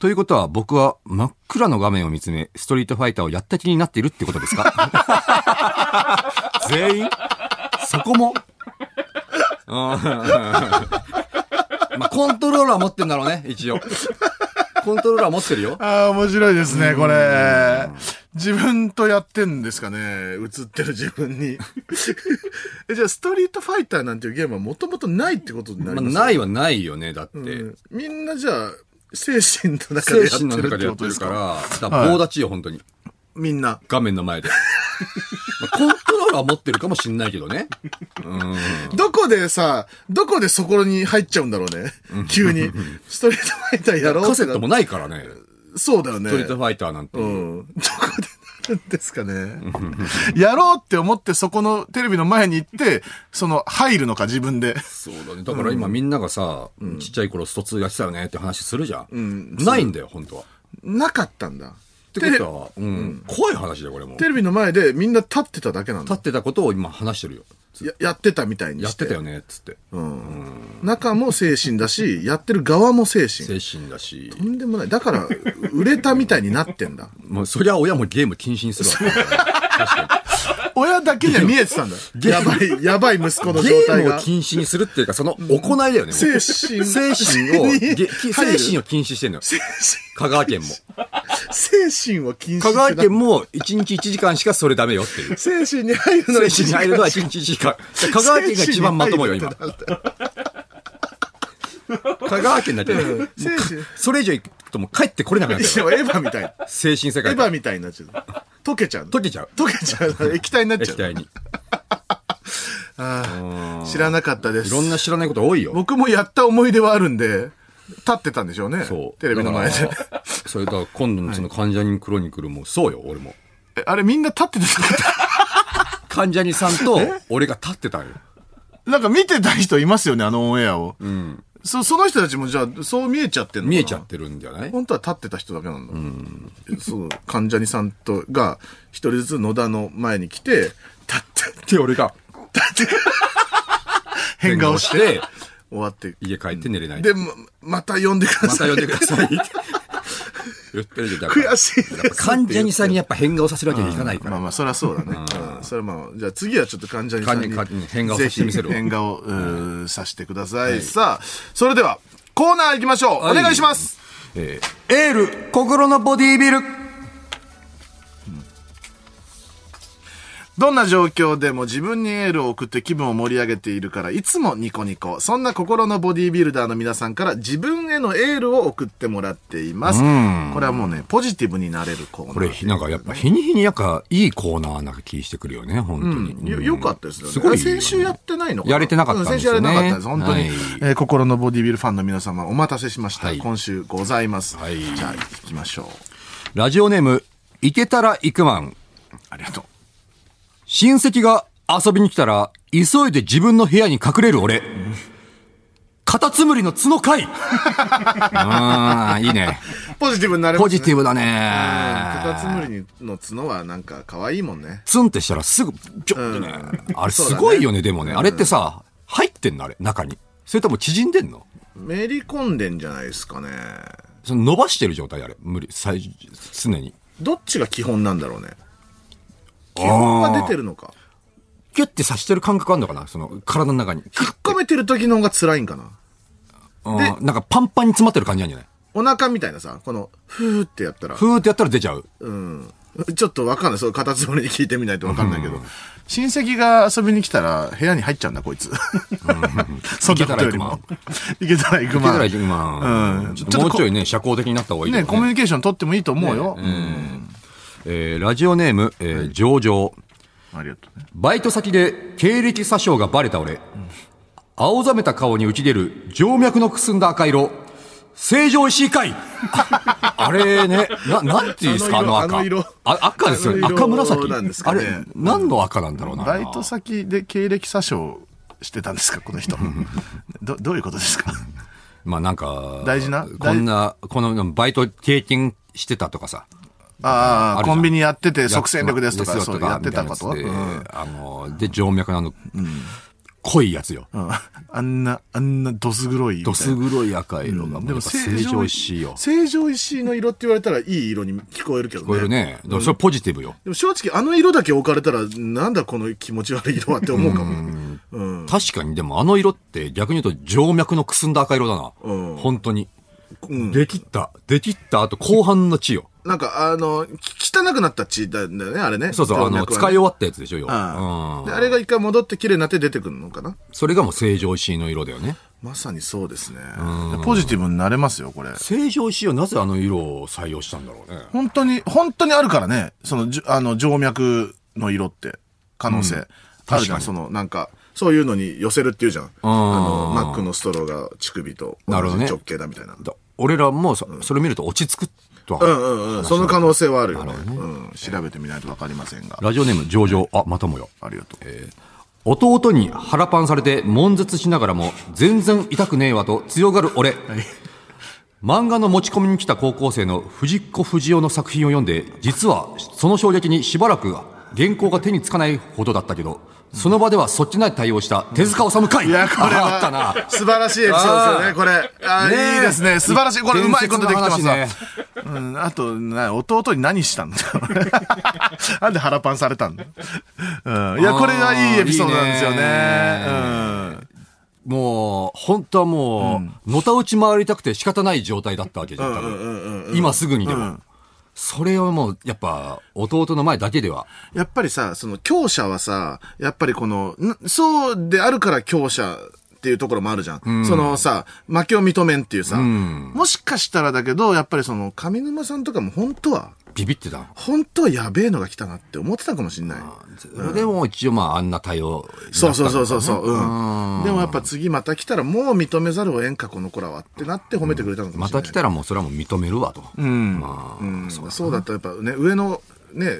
C: ということは僕は真っ暗の画面を見つめ、ストリートファイターをやった気になっているってことですか 全員そこもうんまあコントローラー持ってんだろうね、一応。コントローラー持ってるよ。
A: ああ、面白いですね、これ。自分とやってんですかね映ってる自分に。 えじゃあ、ストリートファイターなんていうゲームはもともとないってことにな
C: まあ
A: ります
C: ないはないよね、だって。
A: うんみんなじゃあ、精神の中で
C: 精
A: や
C: 神の
A: ってる
C: 中
A: っ
C: で
A: て
C: や
A: こと
C: って
A: で
C: る
A: す
C: か、
A: から
C: だから棒立ちよ、本当に。
A: みんな。
C: 画面の前で。まあコントローラーは持ってるかもしんないけどね。
A: どこでさ、どこでそこに入っちゃうんだろうね。急 に。ストリートファイターやろう
C: カセット
A: も。
C: もないからね。
A: そうだよね。
C: ストリートファイターなんて。
A: うん。どこでなんですかね。やろうって思って、そこのテレビの前に行って、その、入るのか、自分で。
C: そうだね。だから今みんながさ、ちっちゃい頃スト2やってたよねって話するじゃん。ないんだよ、本当は。
A: なかったんだ。
C: ってことは、うん。怖い話だよ、これも。
A: テレビの前でみんな立ってただけなん
C: 立
A: だ。
C: ってたことを今話してるよ。
A: ややってたみたいに
C: やっ
A: して。
C: てたよね、っつって。
A: 中も精神だし、やってる側も精神。
C: 精神だし。
A: とんでもない。だから、売れたみたいになって んだ。
C: もうそりゃ親もゲーム禁止にするわ。
A: 親だけじゃ見えてたんだ。やばい、やばい息子の状
C: ゲー
A: 態
C: ムを
A: が。
C: 禁止にするっていうか、その行いだよね。もう
A: 精神
C: 精神 を、
A: に
C: げ
A: 入る
C: 精神を禁止してんのよ。
A: 精
C: 香川県も。
A: 神、精神を禁止
C: 香川
A: って
C: 県も1日1時間しかそれダメよ っていう。
A: 精神に入るの
C: 精神に入るのは1日1時間。香川県が一番まともよ、今。香川県だけ。もうか
A: 精神
C: それ以上行くともう帰ってこれなくなっ
A: い
C: ちゃ
A: や
C: う。
A: エヴァみたい。
C: 精神世
A: エ
C: 界
A: ヴ。ァみたいになっちゃう。溶けちゃうの。
C: 溶けちゃう。
A: 溶けちゃう。液体になっち
C: 液
A: ゃ
C: 体に。
A: う。知らなかったです。
C: いろんな知らないこと多いよ。
A: 僕もやった思い出はあるんで、立ってたんでしょうね。
C: そう。
A: テレビの前で
C: だ。から。それだから今度のその患者にクロニクルもそうよ、俺も。
A: えあれみんな立ってた
C: 患者にさんと俺が立ってたんよ。
A: なんか見てた人いますよね、あのオンエアを。そその人たちもじゃあ、そう見えちゃってるのかな
C: 見えちゃってるんじゃない
A: 本当は立ってた人だけなんだ。そう、関ジャニさんと、が、一人ずつ野田の前に来て、立って、
C: で、俺 が
A: 立って、変顔して、
C: て、
A: 終わって。
C: 家帰って寝れない。
A: で、ま、また呼んでくだ
C: また
A: さい。
C: 呼んでくださ いって。言ってるけど、だから
A: 悔しいですって言って。
C: 患者にさんにやっぱ変顔させるわけにはいかないか
A: まあ
C: ら。
A: まあ、そりゃそうだね。うんそれはまあ、じゃあ次はちょっと関ジャニさん
C: 患者に
A: に。
C: 変顔させてみせるわ
A: ぜひ変顔、うーさせてください。さあ、それでは、コーナー行きましょう。お願いします。
C: えーエール、心のボディービル。
A: どんな状況でも自分にエールを送って気分を盛り上げているから、いつもニコニコ。そんな心のボディービルダーの皆さんから自分へのエールを送ってもらっています。これはもうね、ポジティブになれるコーナー。
C: これ、なんかやっぱ日に日にやっぱいいコーナーなんか気してくるよね、本当に。
A: よよかったですよね。
C: すご
A: あ
C: い
A: れ先週やってないのかな
C: やれてなかったんですよね
A: うん先週やれてなかったです。本当に、
C: はい
A: えー心のボディビルファンの皆様お待たせしました。
C: はい
A: 今週ございます。
C: はい
A: じゃあ行きましょう。
C: ラジオネーム、いけたらいくまん。
A: ありがとう。
C: 親戚が遊びに来たら、急いで自分の部屋に隠れる俺。カタツムリの角かいああ、いいね。
A: ポジティブになれます、
C: ポ
A: ね。
C: ジティブだね。
A: カタツムリの角はなんか可愛いもんね。
C: ツンってしたらすぐ、ちょっとね。あれすごいよね、でもね。あれってさ、入ってんのあれ、中に。それとも縮んでんの
A: めり込んでんじゃないですかね。
C: その伸ばしてる状態あれ。無理、最、常に。
A: どっちが基本なんだろうね。
C: 基
A: 基本が出てるのか。
C: キュッて刺してる感覚あんのかなその、体の中に。
A: 引っ込めてる時の方が辛いんかな。
C: うんなんかパンパンに詰まってる感じなんじゃない
A: お腹みたいなさ、この、ふーってやったら、
C: ふーってやったら出ちゃう。
A: うん。ちょっとわかんない。そう、カタツムリに聞いてみないとわかんないけど。親戚が遊びに来たら、部屋に入っちゃうんだ、こいつ。そんなことよりも。いけたら行く
C: いけ
A: ま
C: たら
A: ん。
C: いけまあ
A: うん
C: ち
A: ちょっ
C: ょっ
A: と
C: ともう
A: こ
C: ちょいね、社交的になった方がいいと
A: ね、
C: かね
A: コミュニケーション取ってもいいと思うよ。
C: えーラジオネーム、えー上場。
A: ありがとうね。
C: バイト先で経歴詐称がバレた俺。青ざめた顔に浮き出る静脈のくすんだ赤色。正常石井かい あれね、な、なんていうんですかあ
A: あ
C: の
A: の
C: 赤。
A: 色
C: あ赤ですよね。
A: あの色
C: 赤紫。
A: なんですか
C: あ
A: ね
C: れ、何の赤なんだろうな。
A: バイト先で経歴詐称してたんですか、この人。ど、どういうことですか
C: まあなんか、
A: 大事な
C: こんな、このバイト経験してたとかさ。
A: あ
C: あ
A: あ、
C: るじゃん
A: コンビニやってて即戦力ですとか、
C: です
A: そ
C: よ
A: うやってたこと、
C: みいな
A: うん
C: やつであの、で、静脈のあの、濃いやつよ。
A: うんあんな、あんなどす黒いみたいな。
C: どす黒い赤色が、
A: で
C: もう
A: も
C: 正
A: 成
C: 常
A: 城
C: 石井よ。
A: 成城石井の色って言われたらいい色に聞こえるけどね。
C: これね、だからそれポジティブよ。
A: でも正直あの色だけ置かれたら、なんだこの気持ち悪い色はって思うかも。
C: 確かに、でもあの色って逆に言うと静脈のくすんだ赤色だな。
A: うん
C: 本当に。
A: うん。
C: できった。できった後後半の血よ。
A: なんかあの、き汚くなった血だんだよね、あれね。
C: そうそう、あ
A: 動
C: の、
A: 脈
C: 使
A: はい
C: 終わったやつでしょ、よ。
A: ああ
C: うん
A: であれが一回戻って綺麗になって出てくるのかな。
C: それがもう正常石井の色だよね。
A: まさにそうですね。ポジティブになれますよ、これ。
C: 成城石井はなぜあの色を採用したんだろうね。
A: 本当に、本当にあるからね。その、じゅあの、静脈の色って、可能性。あるじ
C: 確か
A: ゃん、
C: に
A: その、なんか、そういうのに寄せるっていうじゃん。あの、マックのストローが乳首と
C: なる
A: 同
C: ほ
A: じ
C: どね
A: 直径だみたいな。
C: だ俺らもそそれ見ると落ち着くとは、
A: うんうんうん。その可能性はあるよね。うん。調べてみないとわかりませんが。
C: ラジオネーム上々、あ、またもよ。
A: ありがとう。
C: 弟に腹パンされて悶絶しながらも全然痛くねえわと強がる俺。漫画の持ち込みに来た高校生の藤子不二雄の作品を読んで、実はその衝撃にしばらく原稿が手につかないほどだったけど、その場ではそっちない対応した手塚治虫会
A: いや、これ
C: あ
A: は、
C: ったな。
A: 素晴らしいエピソードですよね、これ。あー
C: ねえ
A: いいですね。素晴らしい。これ、うまいことできてますわ
C: 伝
A: うん、あと、な弟に何したんだ なんで腹パンされたんだ、うん、いや、これがいいエピソードなんですよね。
C: いいねもう、本当はもう、のたうち回りたくて仕方ない状態だったわけじゃん、多分。今すぐにでも。それをもう、やっぱ、弟の前だけでは。
A: うん。やっぱりさ、その、強者はさ、やっぱりこの、なそうであるから強者っていうところもあるじゃん。そのさ、負けを認めんっていうさ、もしかしたらだけど、やっぱりその、上沼さんとかも本当は、
C: ビビってた。
A: 本当はやべえのが来たなって思ってたかもしんない。
C: それでも一応まあ、あんな対応。
A: そうそうそうそうそう、うん。でもやっぱ次また来たらもう認めざるをえんか、この子らはってなって褒めてくれたのかも
C: ま
A: しれない。
C: た来たらもうそれはもう認めるわと。
A: うんそうだったらやっぱね、上のね、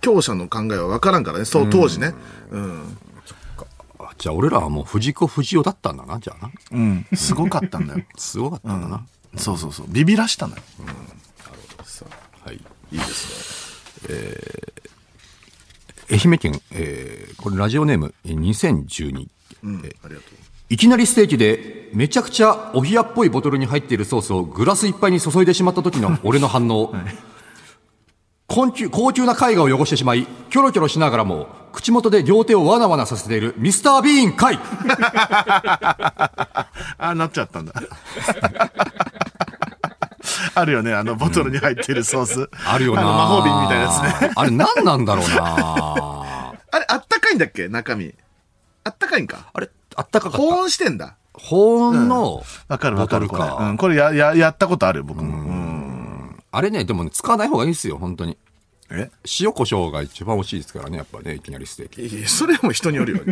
A: 強者の考えは分からんからね、そう当時ね。うん。
C: あじゃあ俺らはもう藤子不二雄だったんだな、じゃあな。
A: うん。すごかったんだよ。
C: すごかったんだな。
A: そうそうそう。ビビらしたんだよ。
C: はい。
A: いいですね。
C: 愛媛県、えー、これラジオネームえー2012。
A: うん。ありがとう。
C: いきなりステーキで、めちゃくちゃお冷やっぽいボトルに入っているソースをグラスいっぱいに注いでしまった時の俺の反応。高級高級な絵画を汚してしまい、キョロキョロしながらも、口元で両手をわなわなさせているミスター・ビーン会
A: ああ、なっちゃったんだ。 あるよね、あのボトルに入ってるソース。
C: あるよな
A: の魔法瓶みたいなやつね。
C: ね。あれ何なんだろうな
A: あれ、あったかいんだっけ中身。あったかいんか。
C: あれ、あったかかっ
A: 保
C: た。
A: 温してんだ。
C: 保温の
A: わかる
C: ボ
A: わ
C: ト
A: か
C: ル
A: る。
C: か。
A: これ、うん、これや、や、やったことある、僕も。
C: あれね、でもね、使わない方がいいですよ、本当に。
A: うんえ
C: 塩胡椒が一番美味しいですからね、やっぱね、いきなりステーキ。
A: いやいやそれも人による よ。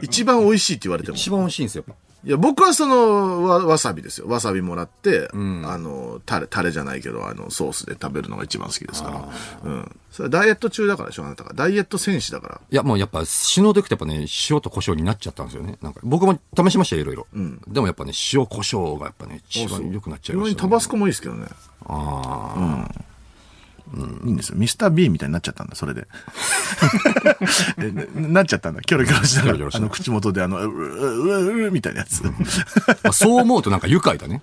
A: 一番美味しいって言われても。
C: 一番美味しいんですよ、やっぱ
A: いや、僕はその、わ、わさびですよ。わさびもらって、あの、タレ、タレじゃないけど、あの、ソースで食べるのが一番好きですから。うん。それダイエット中だからでしょ、あなたが。ダイエット戦士だから。
C: いや、もうやっぱ、死の時ってやっぱね、塩と胡椒になっちゃったんですよね。なんか、僕も試しましたよ、いろいろ。でもやっぱね、塩、胡椒がやっぱね、一番良くなっちゃいま
A: 非常
C: し
A: に
C: た、
A: タ
C: ね。
A: バスコもいいですけどね。
C: あ
A: いいんですよ。ミスター B みたいになっちゃったんだ、それで。えななっちゃったんだ。キョロキョロしなが
C: キョロキョロし
A: ら、あ
C: ながら
A: の、口元であの、うううううみたいなやつ。
C: ーまあそう思うとなんか愉快だね。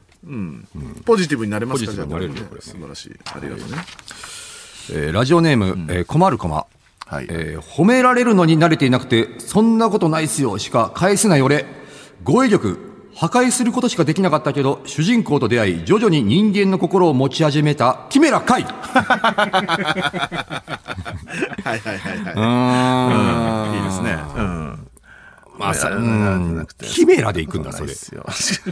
A: ポジティブになれますか
C: ポジティブになれるよこれ
A: 素晴らしい。ありがとうね。
C: えーラジオネーム、えー困る困。
A: はい
C: えー褒められるのに慣れていなくて、そんなことないっすよしか返せない俺。語彙力、破壊することしかできなかったけど、主人公と出会い、徐々に人間の心を持ち始めた、キメラカイ
A: はいはいはいはい。
C: ま
A: いいですね。うん。
C: あさ、う
A: うん
C: ん、キメラで行くんだ、それ。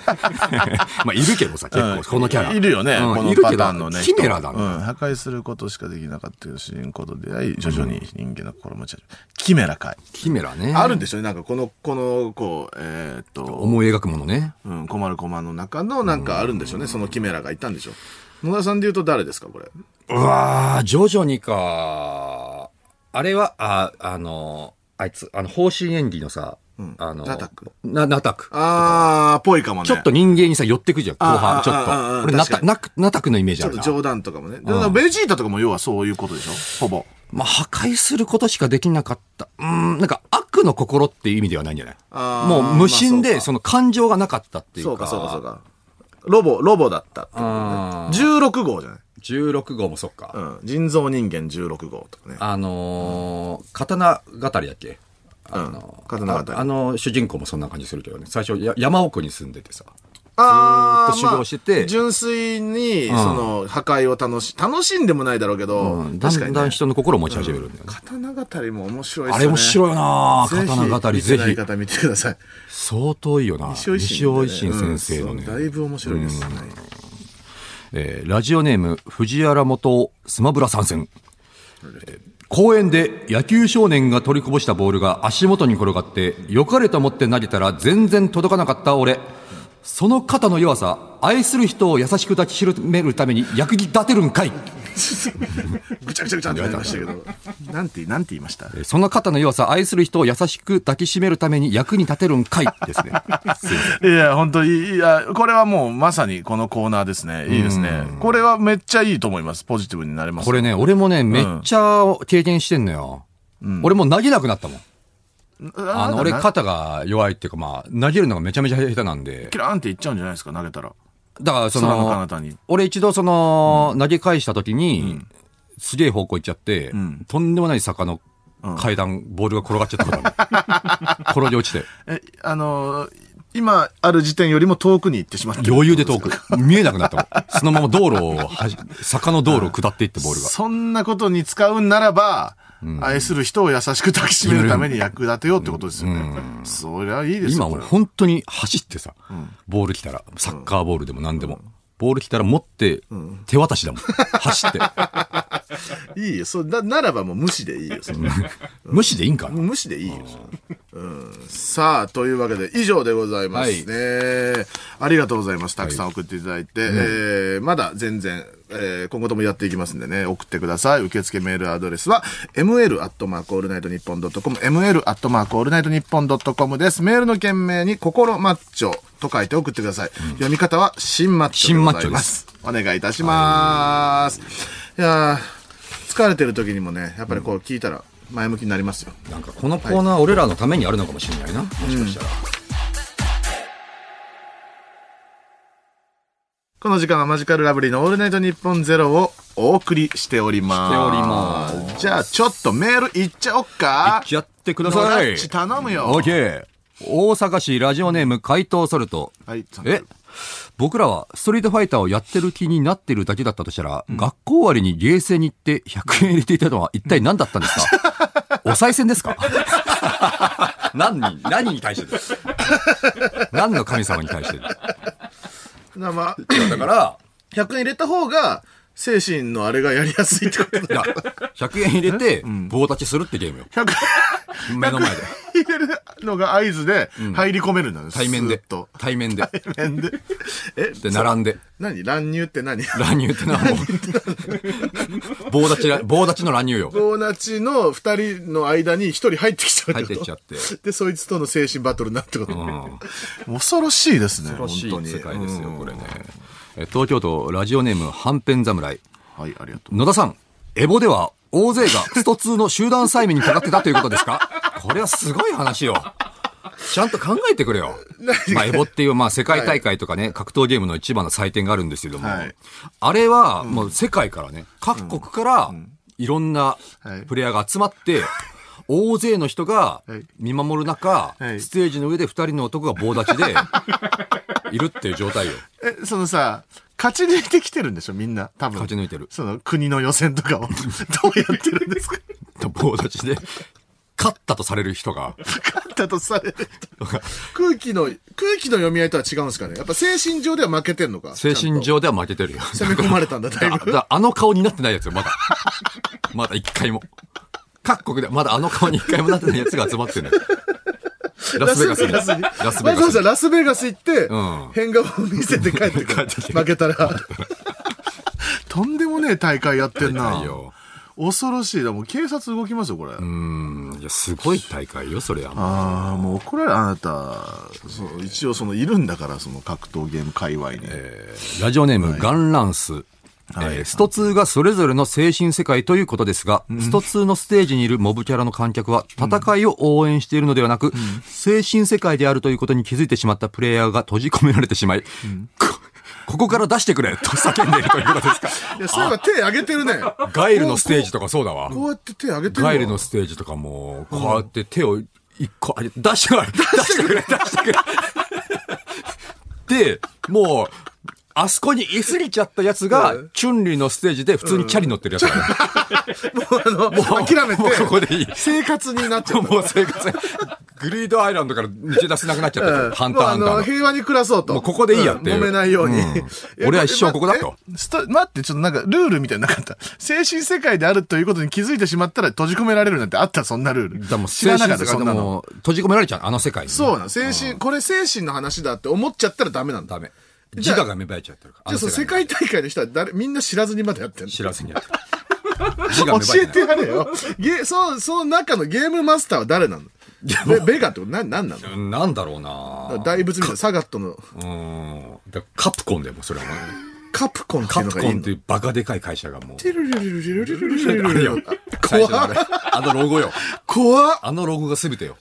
C: まあ、いるけどさ、結構、このキャラ。
A: いるよね、
C: うん
A: このパターンのね。
C: いるけど、キメラだ
A: 人う
C: ね。
A: ん。破壊することしかできなかったけど、主人公と出会い、徐々に人間の心持ち始めキメラ会。
C: キメラね。
A: あるんでしょうね、なんかこの、この、こう、えーっと、
C: 思い描くものね。
A: うん、困る駒の中のなんかあるんでしょうね、そのキメラがいたんでしょう。野田さんで言うと誰ですか、これ。
C: うわー、徐々にか。あれは、あ、あの、あいつ、あの、方針演技のさ、あの、
A: ナタク
C: な、ナタク。
A: あー、ぽいかもね。
C: ちょっと人間にさ、寄ってくじゃん、後
A: あ
C: 半、
A: あ
C: ちょっ
A: あああ
C: と。俺、ナ
A: 確か
C: タ、
A: に
C: ナクナタクのイメージ
A: ち
C: あ
A: ょっと
C: るな。
A: 冗談とかもね。だからベジータとかも要はそういうことでしょほぼ。
C: まあ、破壊することしかできなかった。うーん、なんか悪の心っていう意味ではないんじゃない
A: あー
C: もう無
A: ま
C: 心
A: あそう
C: で、
A: か
C: その感情がなかったっていうか。
A: そうか、そうか、そうか。ロボ、ロボだったってことね。
C: あ
A: 16号じゃない
C: 16号もそっか。
A: うん。人造人間16号とかね。
C: あのー刀語りだっけあのー
A: うん刀語り
C: ああのー主人公もそんな感じするけどね。最初や、山奥に住んでてさ。
A: あー
C: ずーっと修行してて
A: まあ純粋に、その、破壊を楽し、楽しんでもないだろうけど、
C: うんだ
A: 確か
C: ん
A: に、
C: だ
A: ね
C: ん。人の心を持ち始めるんだよね。
A: 刀語りも面白いですよね。
C: あれ面白いな刀語り、ぜ
A: 見てない
C: ひ。
A: 方見てください。
C: 相当いいよな。西尾維新先生のね
A: うんそう。だいぶ面白いです。はい
C: えーラジオネーム、藤原元スマブラ参戦。公園で野球少年が取りこぼしたボールが足元に転がって、よかれと思って投げたら全然届かなかった俺。その肩の弱さ、愛する人を優しく抱きしめるために役に立てるんかい。
A: ぐちゃぐちゃぐちゃってなりましたけど。なんて、なんて言いました
C: えーその肩の弱さ、愛する人を優しく抱きしめるために役に立てるんかい。です ね。
A: いや、本当に、いや、これはもうまさにこのコーナーですね。いいですね。これはめっちゃいいと思います。ポジティブになれます。
C: これね、俺もね、めっちゃ経験してんのよ。俺もう投げなくなったもん。
A: あ、
C: あの、俺
A: 俺か、
C: 肩が弱いっていうか、まあ、投げるのがめちゃめちゃ下手なんで。
A: キラーンっていっちゃうんじゃないですか、投げたら。
C: だからそ
A: 空の彼
C: の
A: 方に、
C: 俺一度その、投げ返した時に、すげえ方向行っちゃって、とんでもない坂の階段、ボールが転がっちゃったことある転げ落ちて。
A: え、あのー今ある時点よりも遠くに行ってしまった。
C: 余裕で遠く。見えなくなったもん。そのまま道路をはじ、坂の道路を下っていってボールが。
A: そんなことに使うんならば、愛する人を優しく抱きしめるために役立てようってことですよね。そりゃいいですよ。
C: 今
A: こ
C: 俺
A: れ
C: 本当に走ってさ、ボール来たら、サッカーボールでも何でも。ボール来たら持って、手渡しだもん。走って。
A: いいよ。そうだならばもう無視でいいよ。そんな
C: 無視でいいんかな
A: もう無視でいいよ。うん、さあ、というわけで以上でございますね。ありがとうございます。たくさん送っていただいて、えーまだ全然、えー今後ともやっていきますんでね、送ってください。受付メールアドレスは、ml.allnightnippon.com、ml.allnightnippon.com です。メールの件名に、心マッチョと書いて送ってください。読み方は、新マッチョでございます。お願いいたします。いやー疲れてる時にもね、やっぱりこう聞いたら前向きになりますよ。
C: なんかこのコーナー俺らのためにあるのかもしれないな。もしかしたら。
A: この時間はマジカルラブリーのオールナイトニッポンゼロをお送りしております。
C: しております
A: じゃあちょっとメールいっちゃおっか。
C: やってく
A: 野
C: ださ
A: 田
C: い
A: っ。ち頼むよ。
C: オーケー。大阪市ラジオネーム怪盗ソルト。
A: はい
C: え僕らはストリートファイターをやってる気になってるだけだったとしたら、学校終わりにゲーセンに行って100円入れていたのは一体何だったんです かお賽銭ですか何に、何に対してです何の神様に対してだ
A: なまあ、
C: から、
A: 100円入れた方が、精神のあれがやりやすいってこと
C: い
A: だ。
C: や100円入れて棒立ちするってゲームよ。
A: 100
C: 目の前で。
A: 円入れるのが合図で入り込めるんだね。
C: 対面
A: スー
C: で
A: ッと。。
C: 対面で。で、
A: 対面で。え、
C: 並んで。
A: 何乱入って何
C: 乱入ってのはもう、棒立ちら、棒立ちの乱入よ。
A: 友達の二人の間に一人入ってきちゃう
C: 入
A: っ
C: ってて
A: こと
C: きちゃって。
A: で、そいつとの精神バトルになるってこと、
C: ん
A: 恐ろしいですね。
C: 楽しい
A: 本当に
C: 世界ですよ、これね。え東京都ラジオネーム、はんぺん侍。
A: はい、ありがと
C: 野田さん、エボでは大勢がスト2の集団催眠にかかってたということで すかこれはすごい話よ。ちゃんと考えてく れよ。まあ、エボっていう、まあ、世界大会とかね、格闘ゲームの一番の祭典があるんですけども、
A: はい
C: あれは、もう世界からね、各国から、いろんな
A: はい
C: プレイヤーが集まって、大勢の人が
A: はい
C: 見守る中、
A: はい
C: ステージの上で二人の男が棒立 ちで、いるっていう状態よ。
A: う。え、そのさ、勝ち抜いてきてるんでしょ、みんな。多分。
C: 勝ち抜いてる
A: その国の予選とかを どうやってるんですか
C: 棒立ちで、勝ったとされる人が、
A: 勝ったとされる人空気の、空気の読み合いとは違うんですかね。やっぱ精神上では負けてんのか。
C: 精神
A: ちゃん
C: 上では負けてるよ。
A: と攻め込まれたんだ、だい
C: あ
A: ぶ。
C: だあの顔になってないやつよ、まだ。 まだ一回も。各国で、まだあの顔に一回もなってないやつが集まってるラスベガスに。ラス
A: わざ
C: ベガス
A: わざ
C: に。
A: ラスベガス行って
C: ん、
A: 変顔を見せて帰ってく
C: 帰っ
A: る。
C: てきて
A: 負けたら。とんでもねえ大会やってんな
C: 大会よ。
A: 恐ろしい。だもう警察動きますよ、これ。
C: うんいや、すごい大会よ、それは。
A: ああ、もう怒られる、あなた。そう、一応その、いるんだから、その格闘ゲーム界隈に。
C: ラジオネーム、ガンランス。えースト2がそれぞれの精神世界ということですが、スト2のステージにいるモブキャラの観客は戦いを応援しているのではなく、精神世界であるということに気づいてしまったプレイヤーが閉じ込められてしまい、こここから出してくれと叫んでいるということですか。
A: いや、そういえば手上げてるね。
C: ガイルのステージとかそうだわ。
A: こうやって手上げてるわ
C: ガイルのステージとかも、こうやって手を一個、あれ出してくれ、出してくれ、出してくれ。で、もう、あそこに居すぎちゃったやつが、チュンリーのステージで普通にキャリ乗ってるやつだね。
A: あの、諦めて
C: もう、ここでいい。
A: 生活になっちゃう。
C: もう生活、グリードアイランドから抜け出せなくなっちゃったよ。ハンターハンタ
A: もうあの
C: ーの。
A: 平和に暮らそうと。
C: もうここでいいやっていうん
A: 揉めないように。
C: うん
A: いや
C: 俺は一生ここだと。
A: えスト待って、ちょっとなんかルールみたいなのなかった。精神世界であるということに気づいてしまったら閉じ込められるなんてあった、そんなルール。
C: だも
A: 知らなかった、そんなの。
C: もう閉じ込められちゃう、あの世界に。
A: そうなの。精神、これ精神の話だって思っちゃったらダメなんだ。
C: ダメ。
A: じ
C: 自
A: ゃあ
C: 我が芽生えちゃってるから。
A: じゃあ、その世界大会の人は誰、みんな知らずにまだやってんの
C: 知らずにやってる。自
A: 教
C: 我芽生え
A: え
C: て
A: て
C: ない。
A: やれよ。ゲ、そう、その中のゲームマスターは誰なのベベガってことな、なんなの
C: うんなんだろうな
A: 大仏みたいな、サガットの
C: うん。だからカプコンでもうそれは もう。
A: カプコンってい
C: カ
A: うの
C: プ
A: がい
C: コ
A: い
C: ン
A: の
C: っていうバカでかい会社がもう。
A: テルルルルルルルルルル
C: あれよ。最初のあれあのロゴよ。
A: 怖っ
C: あのロゴが全てよ。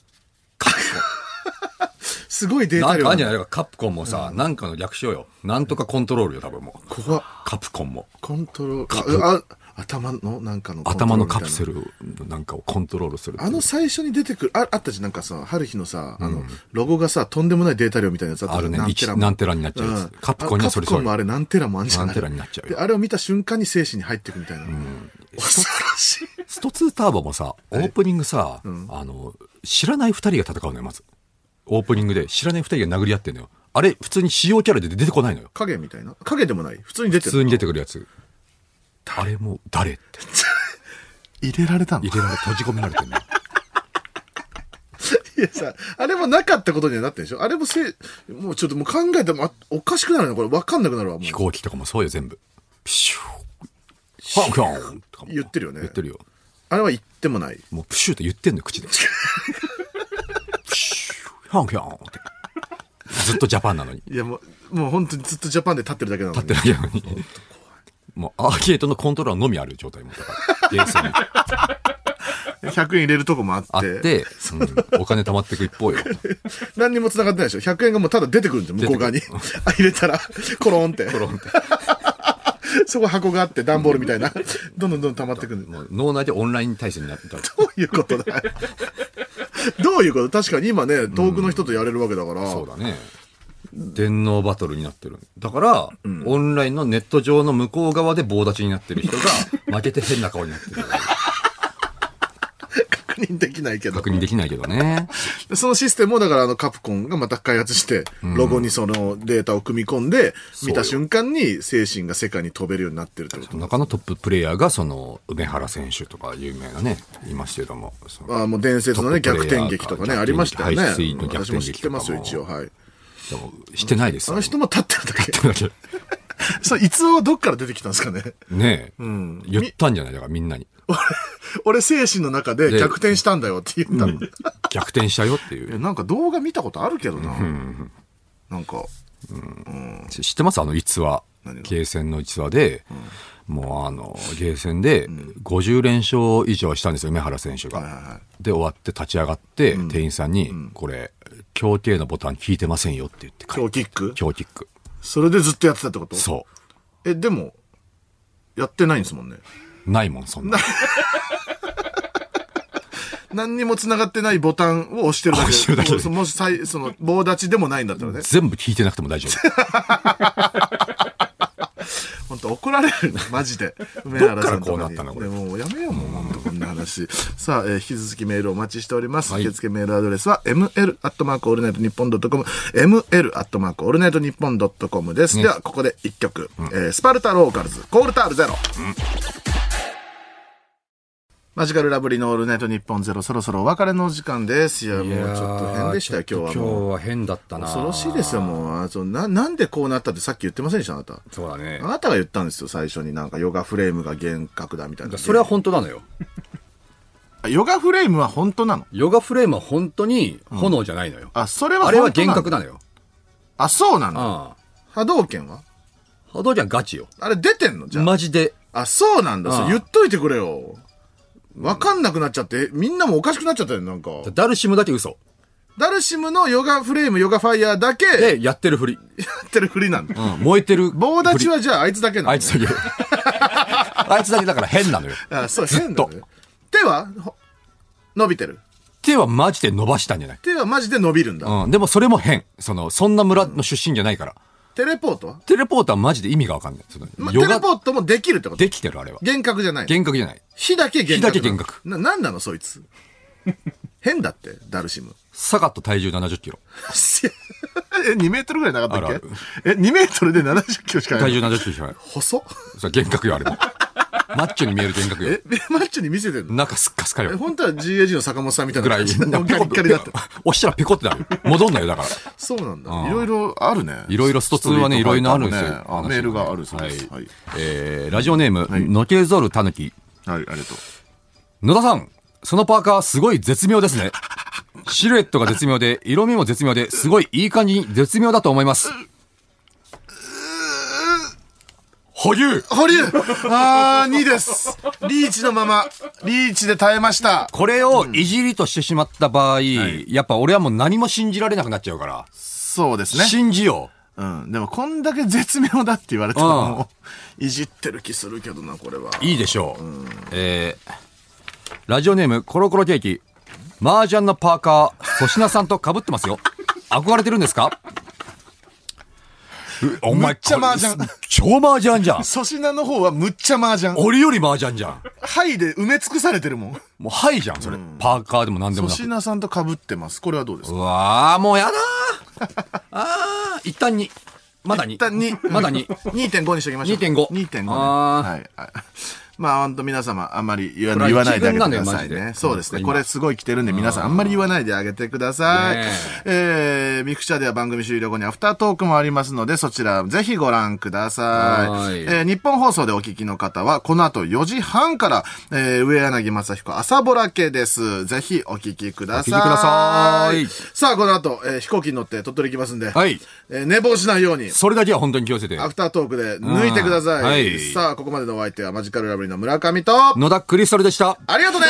A: すごいデー
C: な
A: タ
C: ん
A: 量
C: かあんじゃないか、カプコンもさ、なんかの略称よ。なんとかコントロールよ、多分もう。
A: 怖っ
C: カプコンも。
A: コントロー
C: カ
A: ルああ頭のなんかのコントロール
C: 頭の
A: みたい
C: カ
A: な
C: プセルなんかをコントロールするってい
A: あ
C: う。
A: の最初に出てくるああったじゃんなんかさ春日のさあのロゴがさとんでもないデータ量みたいなやつあったじゃん
C: あるね
A: 何テラ
C: 一
A: も
C: 何テラになっちゃうやつ
A: ん
C: カプコンにはそれ
A: カプコンもあれ何テラもあんじゃん
C: 何テラになっちゃうよ
A: であれを見た瞬間に精神に入っていくみたいな恐ろしい
C: スト2ターボもさ、オープニングさ、あの、知らない二人が戦うのよ、まず。オープニングで知らない二人が殴り合ってんのよ。あれ、普通に主要キャラで出てこないのよ。
A: 影みたいな影でもない普通に出て
C: 普
A: る
C: 通に出てくるやつ。あれもう誰って
A: 入れられたの
C: 入れられ、閉じ込められ てんのよ。
A: いやさ、あれもなかったことにはなってるでしょあれもせ、もうちょっともう考えてもあおかしくなるね。これわかんなくなるわ、も
C: 飛
A: う。
C: 行機とかもそうよ、全部。ピシュー。ハンキョンとかも
A: 言ってるよね
C: 言ってるよ。
A: あれは言ってもない。
C: もうプシューって言ってんのよ、 口で。プシュー、ハンキョンって。ずっとジャパンなのに。
A: いやもう、もう本当にずっとジャパンで立ってるだけなのに。
C: 立ってないのに。もうアーケードのコントローラーのみある状態もだから。ゲーセンに
A: 100円入れるとこもあって。
C: あって、うんお金貯まっていく一方よ。
A: 何にも繋がってないでしょ ?100 円がもうただ出てくるんじゃん、向こう側に。 あ、入れたら、コロンって。
C: ロンって
A: そこ箱があって、段ボールみたいな。どんどんどんどん溜まってくる。
C: もう脳内でオンライン対戦になったら。
A: どういうことだよどういうこと確かに今ね、遠くの人とやれるわけだから。
C: そうだね。電脳バトルになってる。だから、オンラインのネット上の向こう側で棒立ちになってる 人が、負けて変な顔になってる。
A: 確認できないけど。
C: 確認できないけどね。
A: でそのシステムをだからあのカプコンがまた開発して、ロゴにそのデータを組み込んで、
C: うよ
A: 見た瞬間に精神が世界に飛べるようになってるってこと。
C: 中のトッププレイヤーが、その、梅原選手とか有名なね、いますけども。その
A: ああ、もう伝説のね、
C: トッ
A: 逆
C: ププレイヤ
A: 転
C: ー
A: 劇とかね、
C: 逆
A: あ
C: 転劇
A: りましたよね
C: 排水。の逆
A: 私
C: 転
A: も知って
C: 劇とかも
A: ますよ、一応。はい。
C: でもしてないです
A: あ
C: よ
A: の人も立ってるだけ。
C: だけ
A: そう、逸話はどっから出てきたんですかね。
C: ねえ、言ったんじゃないだからみんなに。
A: 俺、俺精神の中で
C: で
A: 逆転したんだよって言ったの。
C: 逆転したよってい
A: え
C: う。
A: なんか動画見たことあるけどな。なんか、
C: 知ってますあの逸話
A: 何。が
C: ゲーセンの逸話で、もうあの、ゲーセンで50連勝以上したんですよ、梅原選手
A: はいはいは
C: が。で、終わって立ち上がって、店員さんに、これ、強形のボタン効いてませんよって言って帰
A: 今日キック
C: 強キック。
A: それでずっとやってたってこと
C: そ
A: え、でも、やってないんですもんね。
C: う。ないもん、そんな。
A: 何にも繋がってないボタンを押してるだけ。
C: 押してるだけで
A: もうそもしさい、その、棒立ちでもないんだったらね。
C: 全部効いてなくても大丈夫。
A: 本当怒られ るね、マジで。梅原さんと
C: ど
A: か
C: っからこうなっ
A: に。
C: たのこれ
A: ねもうやめよう、もう、ほんとこんな話。 さあ、えー引き続きメールお待ちしております。
C: はい
A: 受付メールアドレスは、ml アットマークオールナイトニッポンドットコム、ml アットマークオールナイトニッポンドットコムです。では、ここで一曲、えースパルタローカルズ、コールタールゼロ。マジカルラブリーのオールナイトニッポンゼロ、そろそろお別れのお時間 です。いや、もうちょっと変でしたよ、今日はもう。
C: 今日は変だったな。
A: 恐ろしいですよ、もう。あそうな、なんでこうなったってさっき言ってませんでした、あなた。
C: そうだね
A: あ。なたが言ったんですよ、最初に。なんか、ヨガフレームが幻覚だみたいな。
C: それは本当なのよ。
A: あヨガフレームは本当なの
C: ヨガフレームは本当に炎じゃないのよ。
A: あ、それは
C: あれは
A: 本当
C: 幻覚
A: なの
C: なのよ。
A: あ、そうなの
C: ああ。
A: 波動拳は
C: 波動じゃガチよ。
A: あれ出てんのじゃあ。
C: マジで。
A: あ、そうなんだ。
C: ああ
A: そう言っといてくれよ。わかんなくなっちゃって、みんなもおかしくなっちゃったよ、なんか。
C: ダルシムだけ嘘。
A: ダルシムのヨガフレーム、ヨガファイヤーだけ、や
C: で、やってるふり。
A: ってるふりなんだ。
C: うん、燃えてる。
A: 棒立ちはじゃあ、あいつだけなの
C: あいつだけ。 あいつだけだから変なのよ。
A: あ、そう、変だ
C: ず
A: ね。手はほ伸びてる。
C: 手はマジで伸ばしたんじゃない
A: 手はマジで伸びるんだ。
C: うん、でもそれも変。その、そんな村の出身じゃないから。
A: テレポートは
C: テレポートはマジで意味がわかんない。その
A: まテ
C: ヨ
A: レ
C: ガ
A: ポートもできるってこと
C: できてる、あれは。
A: 幻覚じゃない。
C: 幻覚じゃない。
A: 火だけ幻覚。
C: 火だけ幻覚
A: な、なんなのそいつ。 変だって、ダルシ ム。
C: サカット体重70キロ。
A: え、2メートルぐらいなかったっけ
C: ある
A: え、2メートルで70キロしかな
C: 体
A: い。
C: 重70キロしかない。
A: 細っ
C: それ幻覚よ、あれも。マッチョに見える幻覚よ
A: え。、ベマッチョに見せてんの
C: 中すっかすか
A: え、
C: よ。
A: 本当は GAG の坂本さんみたい
C: ぐ
A: な
C: らい。
A: 感じ。もうガ
C: ペ
A: リ
C: コ
A: ッガリだった。
C: 押したらペコってなるよ。戻んないよ、だから。
A: そうなんだ。
C: ん
A: いろいろあるね。
C: いろいろストツーはね、い
A: ス
C: ろ
A: ト
C: い
A: リー
C: ろあ
A: トフ
C: る
A: ァイ
C: んで
A: タ
C: す
A: ーも
C: よ
A: ね。あ、メールがあるそう
C: は
A: で
C: い
A: す。はい。。
C: えーラジオネーム、のけぞるたぬき。
A: はい、ありがとう。
C: 野田さん、そのパーカーすごい絶 妙ですね。シルエットが絶妙で、色味も絶妙で、すごいいい感じに絶妙だと思います。保留
A: 保留あー、2です。リーチのまま、リーチで耐えました。
C: これをいじりとしてしまった場合、やっぱ俺はもう何も信じられなくなっちゃうから。
A: そうですね。
C: 信じよう。
A: うん。でも、こんだけ絶妙だって言われたらもう、いじってる気するけどな、これは。
C: いいでしょう。えー、ラジオネーム、コロコロケーキ。麻雀のパーカー、粗品さんと被って ますよ。憧れてるんですかうお前、
A: むっちゃ麻雀
C: これ超麻雀じゃん。
A: 粗品の方はむっちゃ麻雀。
C: 俺より麻雀じゃん。
A: はいで埋め尽くされてるもん。
C: もう、はいじゃん、それ。パーカーでも何でも
A: 粗
C: な
A: 品
C: く。
A: さんと被ってます。これはどうです
C: う
A: か
C: わあもうやだーあー一旦に。まだに。
A: 一旦に
C: まだに。
A: 2.5にしときましょう。
C: 2.5
A: 2.5、ね。
C: あー
A: はい。あまあ、ほんと皆様、あんまり言わ
C: これは
A: 言わないであげてくだ
C: 一軍な
A: さ
C: ん
A: い
C: だよマジ
A: ね。
C: で
A: そうですね。
C: 今
A: これすごい来てるんで、皆さんあんまり言わないであげてください
C: ね。
A: えー、ミクチャでは番組終了後にアフタートークもありますので、そちらぜひご覧くだ
C: は
A: さい。
C: い
A: えー日本放送でお聞きの方は、この後4時半から、えー、上柳正彦朝ぼら家です。ぜひお聞きください。
C: お聞きください
A: さあ、この後、えー飛行機に乗って鳥取行きますんで、
C: はい
A: えー寝坊しないように。
C: それだけは本当に気をつけて。
A: アフタートークで抜いてください。
C: うんはい
A: さあ、ここまでのお相手はマジカルラブリーの村上と、
C: 野田クリスタルでした。
A: ありがとうね